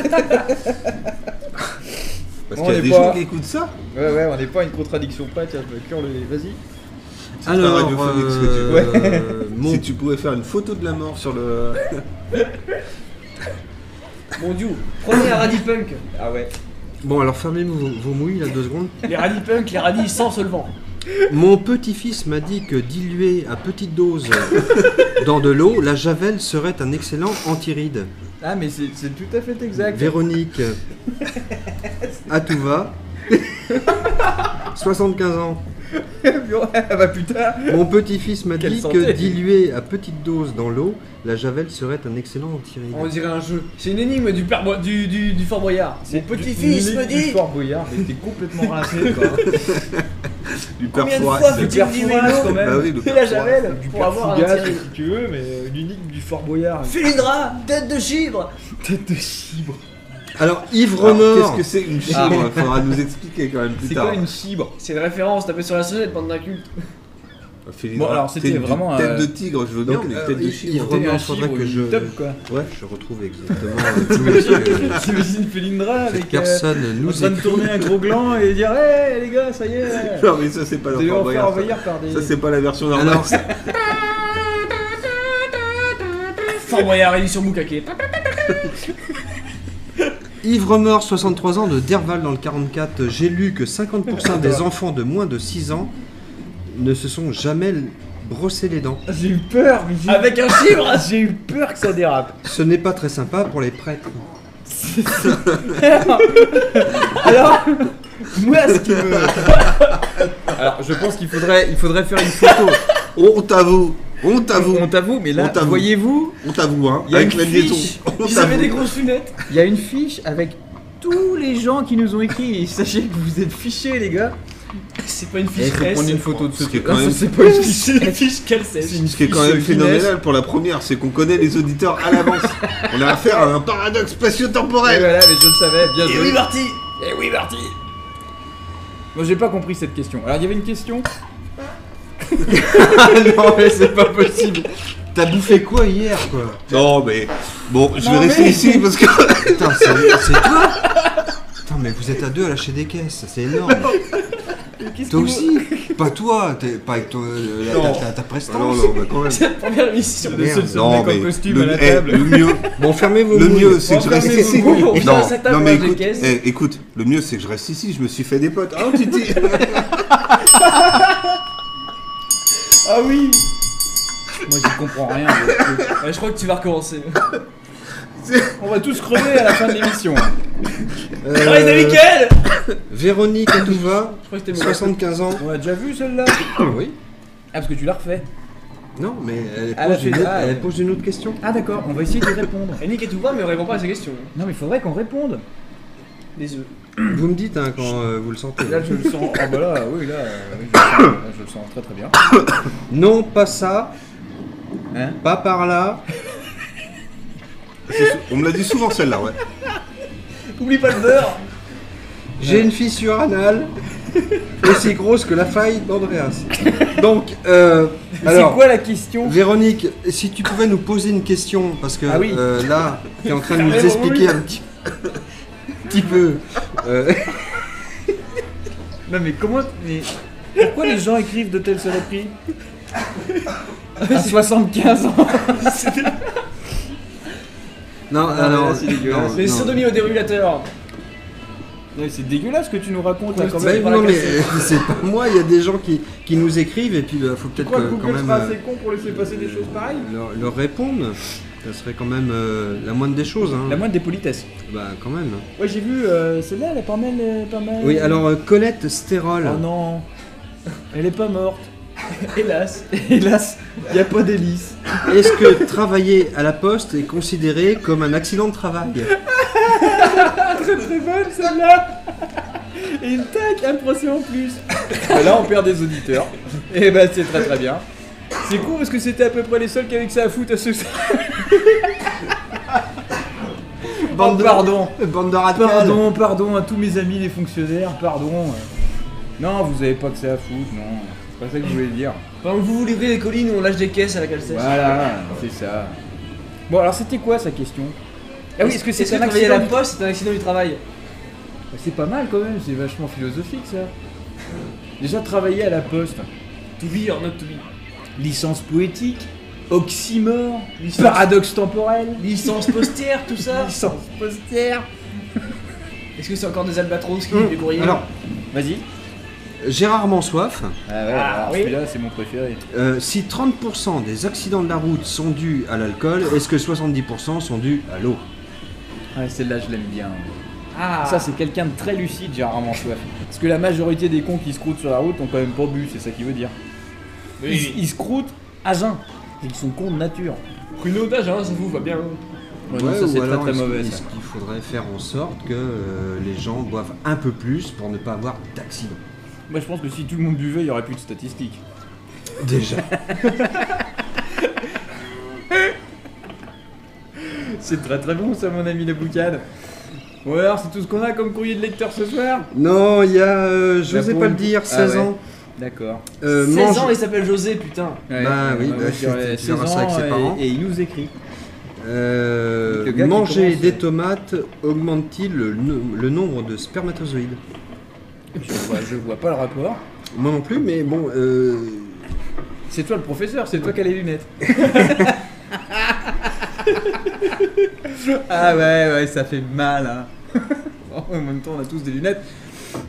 Speaker 5: Parce
Speaker 4: On
Speaker 5: qu'il y a
Speaker 4: est
Speaker 5: des
Speaker 4: pas-
Speaker 5: gens qui écoutent ça.
Speaker 4: Ouais, ouais, on n'est pas une contradiction près, tiens, je me cure le... Vas-y.
Speaker 5: C'est
Speaker 6: Alors,
Speaker 5: pas radiophonique ce
Speaker 6: euh,
Speaker 5: que tu fais.
Speaker 6: mon-
Speaker 5: Si tu pouvais faire une photo de la mort sur le.
Speaker 3: Mon dieu, prenez un radis punk
Speaker 4: Ah ouais.
Speaker 6: Bon, alors fermez vos, vos mouilles là deux secondes.
Speaker 3: Les radis punk, les radis sans solvant
Speaker 6: Mon petit-fils m'a dit que dilué à petite dose dans de l'eau, la javel serait un excellent antiride.
Speaker 4: Ah, mais c'est c'est tout à fait exact.
Speaker 6: Véronique, à tout va. 75 ans.
Speaker 4: ah bah putain.
Speaker 6: Mon petit-fils m'a
Speaker 4: Quelle
Speaker 6: dit que
Speaker 4: santé.
Speaker 6: dilué à petite dose dans l'eau, la javel serait un excellent antiride.
Speaker 3: On dirait un jeu. C'est une énigme du, père Bo- du, du, du Fort Boyard. Mon petit-fils
Speaker 4: Du-
Speaker 3: me
Speaker 4: du
Speaker 3: dit
Speaker 4: Fort Boyard, mais t'es complètement rincé, quoi.
Speaker 5: Du
Speaker 3: combien de
Speaker 5: perforat-
Speaker 3: fois
Speaker 5: le-
Speaker 3: faut-il diluer l'eau
Speaker 5: Bah oui, le
Speaker 3: et la
Speaker 5: perforat.
Speaker 3: javel
Speaker 4: Du
Speaker 3: pour avoir un
Speaker 4: Fougas,
Speaker 3: tiré
Speaker 4: si tu veux, mais euh, l'unique du Fort Boyard.
Speaker 3: Fulindra, tête de chibre
Speaker 4: Tête de chibre.
Speaker 6: Alors, ivre
Speaker 5: Alors, Qu'est-ce
Speaker 6: mort.
Speaker 5: que c'est une
Speaker 4: Ah.
Speaker 5: chibre Faudra nous expliquer quand même plus
Speaker 4: C'est
Speaker 5: tard.
Speaker 4: quoi une chibre
Speaker 3: C'est une référence, tapez sur la sonnette, bande d'un culte.
Speaker 5: Félidra,
Speaker 4: Bon, alors, c'était
Speaker 5: tête de-
Speaker 4: vraiment,
Speaker 5: Tête
Speaker 4: euh,
Speaker 5: de tigre, je veux bien,
Speaker 6: Non,
Speaker 5: mais
Speaker 6: euh,
Speaker 5: tête de
Speaker 6: il-
Speaker 5: chibre.
Speaker 6: Vraiment,
Speaker 4: T'es un
Speaker 6: faudrait
Speaker 4: chibre,
Speaker 6: que
Speaker 4: une
Speaker 6: je-
Speaker 4: top, quoi.
Speaker 6: Ouais, je retrouve exactement euh, tout ce que
Speaker 4: T'imagines Félindra
Speaker 6: cette
Speaker 4: avec... euh,
Speaker 6: personne
Speaker 4: en
Speaker 6: nous
Speaker 4: train de
Speaker 6: écrit.
Speaker 4: tourner un gros gland et dire Hé les gars, ça y est
Speaker 5: Non, mais ça, c'est pas
Speaker 4: Vous allez
Speaker 5: l'enfant
Speaker 4: vous faire
Speaker 5: Boyard.
Speaker 4: envahir par des...
Speaker 5: Ça, c'est pas la version normale.
Speaker 6: Alors,
Speaker 3: Fort Boyard, édition Bukake.
Speaker 6: Ivre mort, 63 ans, de Derval dans le 44. J'ai lu que 50% des enfants de moins de 6 ans ne se sont jamais brossé les dents.
Speaker 4: Ah, J'ai eu peur, mais j'ai-
Speaker 3: Avec un chibre
Speaker 4: j'ai eu peur que ça dérape.
Speaker 6: Ce n'est pas très sympa pour les prêtres.
Speaker 4: Alors, moi ce qui me.
Speaker 1: Alors, je pense qu'il faudrait, il faudrait faire une photo.
Speaker 5: On t'avoue, on t'avoue,
Speaker 1: On t'avoue, mais
Speaker 5: On
Speaker 1: là,
Speaker 5: t'avoue.
Speaker 1: voyez-vous,
Speaker 5: on t'avoue, hein,
Speaker 1: Il y a
Speaker 5: avec
Speaker 1: une
Speaker 5: la liaison.
Speaker 1: fiche.
Speaker 5: On
Speaker 3: Ils avaient
Speaker 5: t'avoue.
Speaker 3: des grosses lunettes.
Speaker 1: il y a une fiche avec tous les gens qui nous ont écrit. Et sachez que vous êtes fichés, les gars.
Speaker 3: Eh, C'est pas une
Speaker 1: Et il
Speaker 4: Eh,
Speaker 3: fiche
Speaker 1: Eh, faut
Speaker 3: S.
Speaker 1: prendre une photo de ce
Speaker 5: Ce qui est
Speaker 1: truc.
Speaker 5: quand même-
Speaker 1: c'est pas une fiche.
Speaker 3: C'est une fiche qu'elle sèche.
Speaker 5: Ce qui est quand
Speaker 1: Ils se
Speaker 5: même
Speaker 1: finissent.
Speaker 5: phénoménal pour la première, c'est qu'on connaît les auditeurs à l'avance. On a affaire à un paradoxe
Speaker 1: Et
Speaker 5: spatio-temporel.
Speaker 1: voilà, mais je le savais, bien
Speaker 3: Et
Speaker 1: joué.
Speaker 3: oui, Marty
Speaker 1: Eh oui, parti Moi, j'ai pas compris cette question. Alors, il y avait une question Ah non, mais c'est pas possible
Speaker 6: T'as bouffé quoi hier, quoi
Speaker 5: Non, mais bon, je vais
Speaker 4: Non,
Speaker 5: rester
Speaker 4: mais-
Speaker 5: ici parce que.
Speaker 6: Putain, c'est c'est toi Putain, mais vous êtes à deux à lâcher des caisses, c'est énorme. Toi aussi Pas toi, t'es- pas avec toi, euh, la-
Speaker 1: Non.
Speaker 6: ta, ta- ta
Speaker 5: Ah non,
Speaker 6: prestance.
Speaker 5: non, bah quand même.
Speaker 3: C'est la première émission.
Speaker 1: De se- se
Speaker 5: Non,
Speaker 1: mettre en
Speaker 5: mais
Speaker 1: costume à
Speaker 5: le,
Speaker 1: la
Speaker 5: eh,
Speaker 1: table.
Speaker 5: le mieux,
Speaker 6: Bon, fermez vos
Speaker 5: le
Speaker 6: mouilles.
Speaker 5: mieux, c'est que je reste
Speaker 3: Enfermez-vous,
Speaker 5: ici.
Speaker 3: vous, on vient à
Speaker 5: Non,
Speaker 3: sa table
Speaker 5: non, mais
Speaker 3: avec les
Speaker 5: écoute,
Speaker 3: caisses.
Speaker 5: eh, écoute, le mieux, c'est que je reste ici. Je me suis fait des potes. Oh, tu dis.
Speaker 4: Ah oui
Speaker 1: Moi, j'y comprends rien. je- je-
Speaker 3: Ouais, je crois que tu vas recommencer.
Speaker 4: On va tous crever à la fin de l'émission. hein.
Speaker 6: Euh,
Speaker 3: Ah, c'est Mickaël
Speaker 6: Véronique Atouva,
Speaker 4: Ah,
Speaker 3: Je crois que t'es mauvais.
Speaker 6: 75 ans.
Speaker 4: On l'a déjà vu celle-là
Speaker 6: Oui.
Speaker 4: Ah, parce que tu l'as refait.
Speaker 6: Non, mais
Speaker 5: euh,
Speaker 6: elle
Speaker 4: Ah, la
Speaker 6: pose, une
Speaker 4: fée-
Speaker 6: autre,
Speaker 4: ah,
Speaker 6: elle
Speaker 4: elle-
Speaker 6: pose une autre question.
Speaker 4: Ah, d'accord, on va essayer d'y répondre.
Speaker 3: Et Nick est tout bas, mais on répond pas à ces questions.
Speaker 4: Non, mais il faudrait qu'on réponde.
Speaker 3: Les œufs.
Speaker 6: Vous me dites hein, quand euh, vous le sentez.
Speaker 4: Là, je le sens. Ah, bah là, oui, là, euh, oui, je, le sens, Là, je le sens très très bien.
Speaker 6: Non, pas ça.
Speaker 4: Hein
Speaker 6: pas par là.
Speaker 5: C'est sou- On me l'a dit souvent celle-là, ouais.
Speaker 3: Oublie pas le beurre
Speaker 6: J'ai une fissure anale aussi grosse que la faille d'Andreas. Donc, euh,
Speaker 4: Mais C'est
Speaker 6: alors,
Speaker 4: quoi la question
Speaker 6: Véronique, si tu pouvais nous poser une question, parce que
Speaker 4: Ah oui.
Speaker 6: euh, là, tu es en train de nous
Speaker 3: Fermez vos
Speaker 6: expliquer un petit, petit peu. euh,
Speaker 4: Non, mais comment. mais Pourquoi les gens écrivent de telles saloperies À 75 ans
Speaker 6: non,
Speaker 5: Ah,
Speaker 1: mais là,
Speaker 6: alors,
Speaker 1: c'est dégueulasse.
Speaker 3: Les sodomies au dérégulateurs
Speaker 4: Non, mais C'est dégueulasse ce que tu nous racontes là
Speaker 3: Oui,
Speaker 4: quand
Speaker 3: c'est-
Speaker 4: même.
Speaker 6: Ouais,
Speaker 3: par
Speaker 6: non,
Speaker 3: la
Speaker 6: mais
Speaker 3: cassette.
Speaker 6: euh, c'est pas moi, il y a des gens qui, qui nous écrivent et puis il faut peut-être
Speaker 4: Pourquoi
Speaker 6: que- quand
Speaker 4: Google
Speaker 6: même
Speaker 4: sera
Speaker 6: euh,
Speaker 4: assez con pour laisser passer des
Speaker 5: euh,
Speaker 4: choses pareilles
Speaker 6: leur, leur répondre. Ça serait quand même euh, la moindre des choses. Hein.
Speaker 4: La moindre des politesses.
Speaker 6: Bah, quand même.
Speaker 4: Ouais, j'ai vu euh, celle-là, elle est pas mal. euh, pas mal.
Speaker 6: Oui, alors euh, Colette Stérol.
Speaker 4: Oh non Elle est pas morte.
Speaker 3: Hélas
Speaker 4: Hélas, y a pas d'hélice.
Speaker 6: Est-ce que travailler à la poste est considéré comme un accident de travail
Speaker 4: Très très bonne celle-là Et une tac, un procès en plus
Speaker 1: Et Là, on perd des auditeurs. Et bah, c'est très très bien.
Speaker 4: C'est con parce que c'était à peu près les seuls qui avaient que ça à foutre à ce
Speaker 6: Bande de-
Speaker 4: pardon
Speaker 6: Bande de radicales.
Speaker 4: Pardon, pardon à tous mes amis les fonctionnaires, pardon. Non, vous avez pas que ça à foutre, non. C'est pas ça que je voulais dire.
Speaker 3: Enfin, vous vous livrez des collines où on lâche des caisses à la calcèche.
Speaker 4: Voilà, c'est ça. Bon, alors c'était quoi sa question Ah oui, est-ce que c'est un
Speaker 3: travailler à
Speaker 4: accident
Speaker 3: la poste, c'est un accident du travail
Speaker 4: Bah, C'est pas mal quand même, c'est vachement philosophique ça. Déjà travailler à la poste,
Speaker 3: To be or not to be.
Speaker 4: licence poétique, oxymore, paradoxe temporel,
Speaker 3: Licence postière, tout ça
Speaker 4: licence postière.
Speaker 3: Est-ce que c'est encore des albatros qui
Speaker 6: Hum,
Speaker 3: livrent des courriers
Speaker 6: Alors,
Speaker 4: Vas-y.
Speaker 6: Gérard Mansoif,
Speaker 4: Ah ouais,
Speaker 3: Ah,
Speaker 4: alors
Speaker 3: oui.
Speaker 4: celui-là c'est mon préféré.
Speaker 6: euh, si 30% des accidents de la route sont dus à l'alcool, est-ce que 70% sont dus à l'eau
Speaker 4: Ouais, celle-là je l'aime bien.
Speaker 3: Ah
Speaker 4: Ça c'est quelqu'un de très lucide, Gérard Mansoif. Parce que la majorité des cons qui se croûtent sur la route ont quand même pas bu, c'est ça qu'il veut dire. Ils,
Speaker 3: Oui.
Speaker 4: ils se croûtent à jeun. Ils sont cons de nature.
Speaker 3: Pruneau d'âge, hein, ça vous va bien.
Speaker 4: Ouais, non, ça c'est très très
Speaker 6: est-ce-
Speaker 4: mauvais.
Speaker 6: est-ce
Speaker 4: ça.
Speaker 6: qu'il faudrait faire en sorte que euh, les gens boivent un peu plus pour ne pas avoir d'accident
Speaker 4: Moi je pense que si tout le monde buvait, il y aurait plus de statistiques.
Speaker 6: Déjà.
Speaker 4: C'est très très bon ça mon ami la boucade. Ou alors c'est tout ce qu'on a comme courrier de lecteur ce soir
Speaker 6: Non, il y a, euh, je
Speaker 4: La
Speaker 6: n'osais
Speaker 4: peau-
Speaker 6: pas le dire,
Speaker 4: Ah
Speaker 6: 16
Speaker 4: ouais.
Speaker 6: ans.
Speaker 4: D'accord.
Speaker 6: Euh,
Speaker 3: 16
Speaker 6: mange-
Speaker 3: ans, il s'appelle José, putain.
Speaker 4: Ouais,
Speaker 6: Bah oui,
Speaker 4: ouais,
Speaker 6: bah,
Speaker 4: ouais, qui aurait
Speaker 6: tu verras
Speaker 4: 16
Speaker 6: ça avec ses
Speaker 4: ans et-
Speaker 6: parents.
Speaker 4: Et il nous écrit.
Speaker 6: Euh,
Speaker 4: Le gars qui
Speaker 6: manger
Speaker 4: commence-
Speaker 6: des tomates augmente-t-il le, no- le nombre de spermatozoïdes
Speaker 4: Je vois, je vois pas le rapport.
Speaker 6: Moi non plus, mais bon, euh,
Speaker 4: C'est toi le professeur, c'est toi qui as les lunettes. Ah ouais, ouais, ça fait mal. Hein. en même temps, on a tous des lunettes.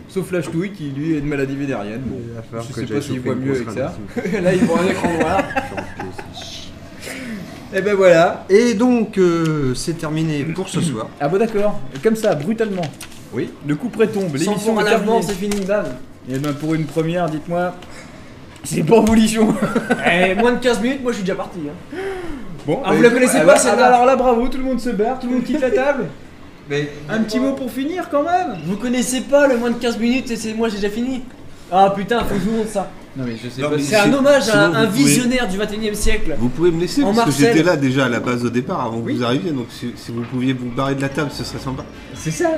Speaker 4: Sauf Flash Touille qui lui est une maladie vénérienne. Bon,
Speaker 13: Il va falloir
Speaker 4: je
Speaker 13: que
Speaker 4: sais
Speaker 13: j'aille
Speaker 4: pas s'il
Speaker 13: chauffer
Speaker 4: voit
Speaker 13: une
Speaker 4: mieux
Speaker 13: grosse
Speaker 4: avec ça.
Speaker 13: rame.
Speaker 4: Là, il voit un écran noir. Et ben voilà.
Speaker 6: Et donc, euh, c'est terminé pour ce soir.
Speaker 4: Ah bon, d'accord. Comme ça, brutalement.
Speaker 6: Oui.
Speaker 4: Le coup près tombe.
Speaker 3: Sans
Speaker 4: L'émission
Speaker 3: four à
Speaker 4: est
Speaker 3: l'avant,
Speaker 4: terminée.
Speaker 3: c'est fini, bam.
Speaker 4: Et ben pour une première, dites-moi. C'est pour vous, Lichon.
Speaker 3: Eh, moins de 15 minutes, moi je suis déjà parti. hein.
Speaker 4: Bon, bah,
Speaker 3: Ah, vous la connaissez pas, celle-là
Speaker 4: Alors là, bravo, tout le monde se barre, tout le monde quitte la table. Un petit mot pour finir quand même.
Speaker 3: Vous connaissez pas le moins de 15 minutes et c'est moi j'ai déjà fini Ah putain, faut que je vous montre ça.
Speaker 4: Non, mais je sais
Speaker 5: Non,
Speaker 4: pas
Speaker 5: mais
Speaker 4: si.
Speaker 3: C'est un
Speaker 5: Sinon,
Speaker 3: hommage à un,
Speaker 5: vous
Speaker 3: un
Speaker 5: pouvez-
Speaker 3: visionnaire du 21 e siècle.
Speaker 5: Vous pouvez me laisser
Speaker 3: En
Speaker 5: parce que
Speaker 3: Marcel.
Speaker 5: j'étais là déjà à la base au départ avant
Speaker 4: Oui.
Speaker 5: que vous arriviez donc si, si vous pouviez vous barrer de la table ce serait sympa.
Speaker 4: C'est ça.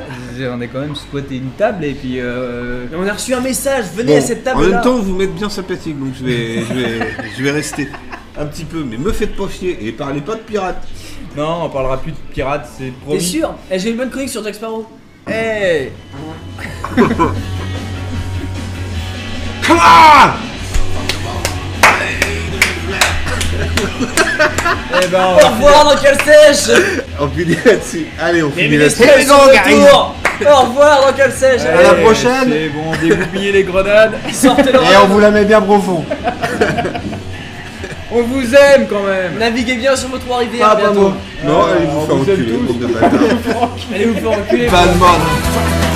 Speaker 4: On a quand même squatté une table et puis. euh,
Speaker 3: Et on a reçu un message, venez à
Speaker 5: Bon,
Speaker 3: cette
Speaker 5: en
Speaker 3: table là.
Speaker 5: même temps vous m'êtes bien sympathique donc je vais, je vais, je vais rester un petit peu mais me faites pas chier et parlez pas de pirates.
Speaker 4: Non, on parlera plus de pirates, c'est
Speaker 3: T'es
Speaker 4: promis.
Speaker 3: sûr Eh, J'ai une bonne chronique sur Jack Sparrow. Eh.
Speaker 4: Hey Come on Eh ben, on
Speaker 3: Au
Speaker 4: va
Speaker 3: revoir dans quelle sèche
Speaker 6: Oh,
Speaker 5: On finit là-dessus. Allez on
Speaker 3: Les
Speaker 5: finit
Speaker 3: ministres
Speaker 5: là-dessus.
Speaker 3: sont de retour Au revoir dans quelle sèche
Speaker 4: finir.
Speaker 6: la
Speaker 4: Eh,
Speaker 6: prochaine.
Speaker 4: C'est bon, dégoupillez les grenades
Speaker 3: Sortez le
Speaker 6: Et on vous la met bien profond.
Speaker 4: On vous aime quand même
Speaker 3: Naviguez bien sur vos trois rivières bientôt.
Speaker 5: Non allez vous
Speaker 4: Ah, on
Speaker 5: faire
Speaker 4: vous aime
Speaker 5: enculer
Speaker 4: tous.
Speaker 5: bande de bâtards.
Speaker 3: Allez vous faire enculer.
Speaker 5: Pas de mort.
Speaker 3: Au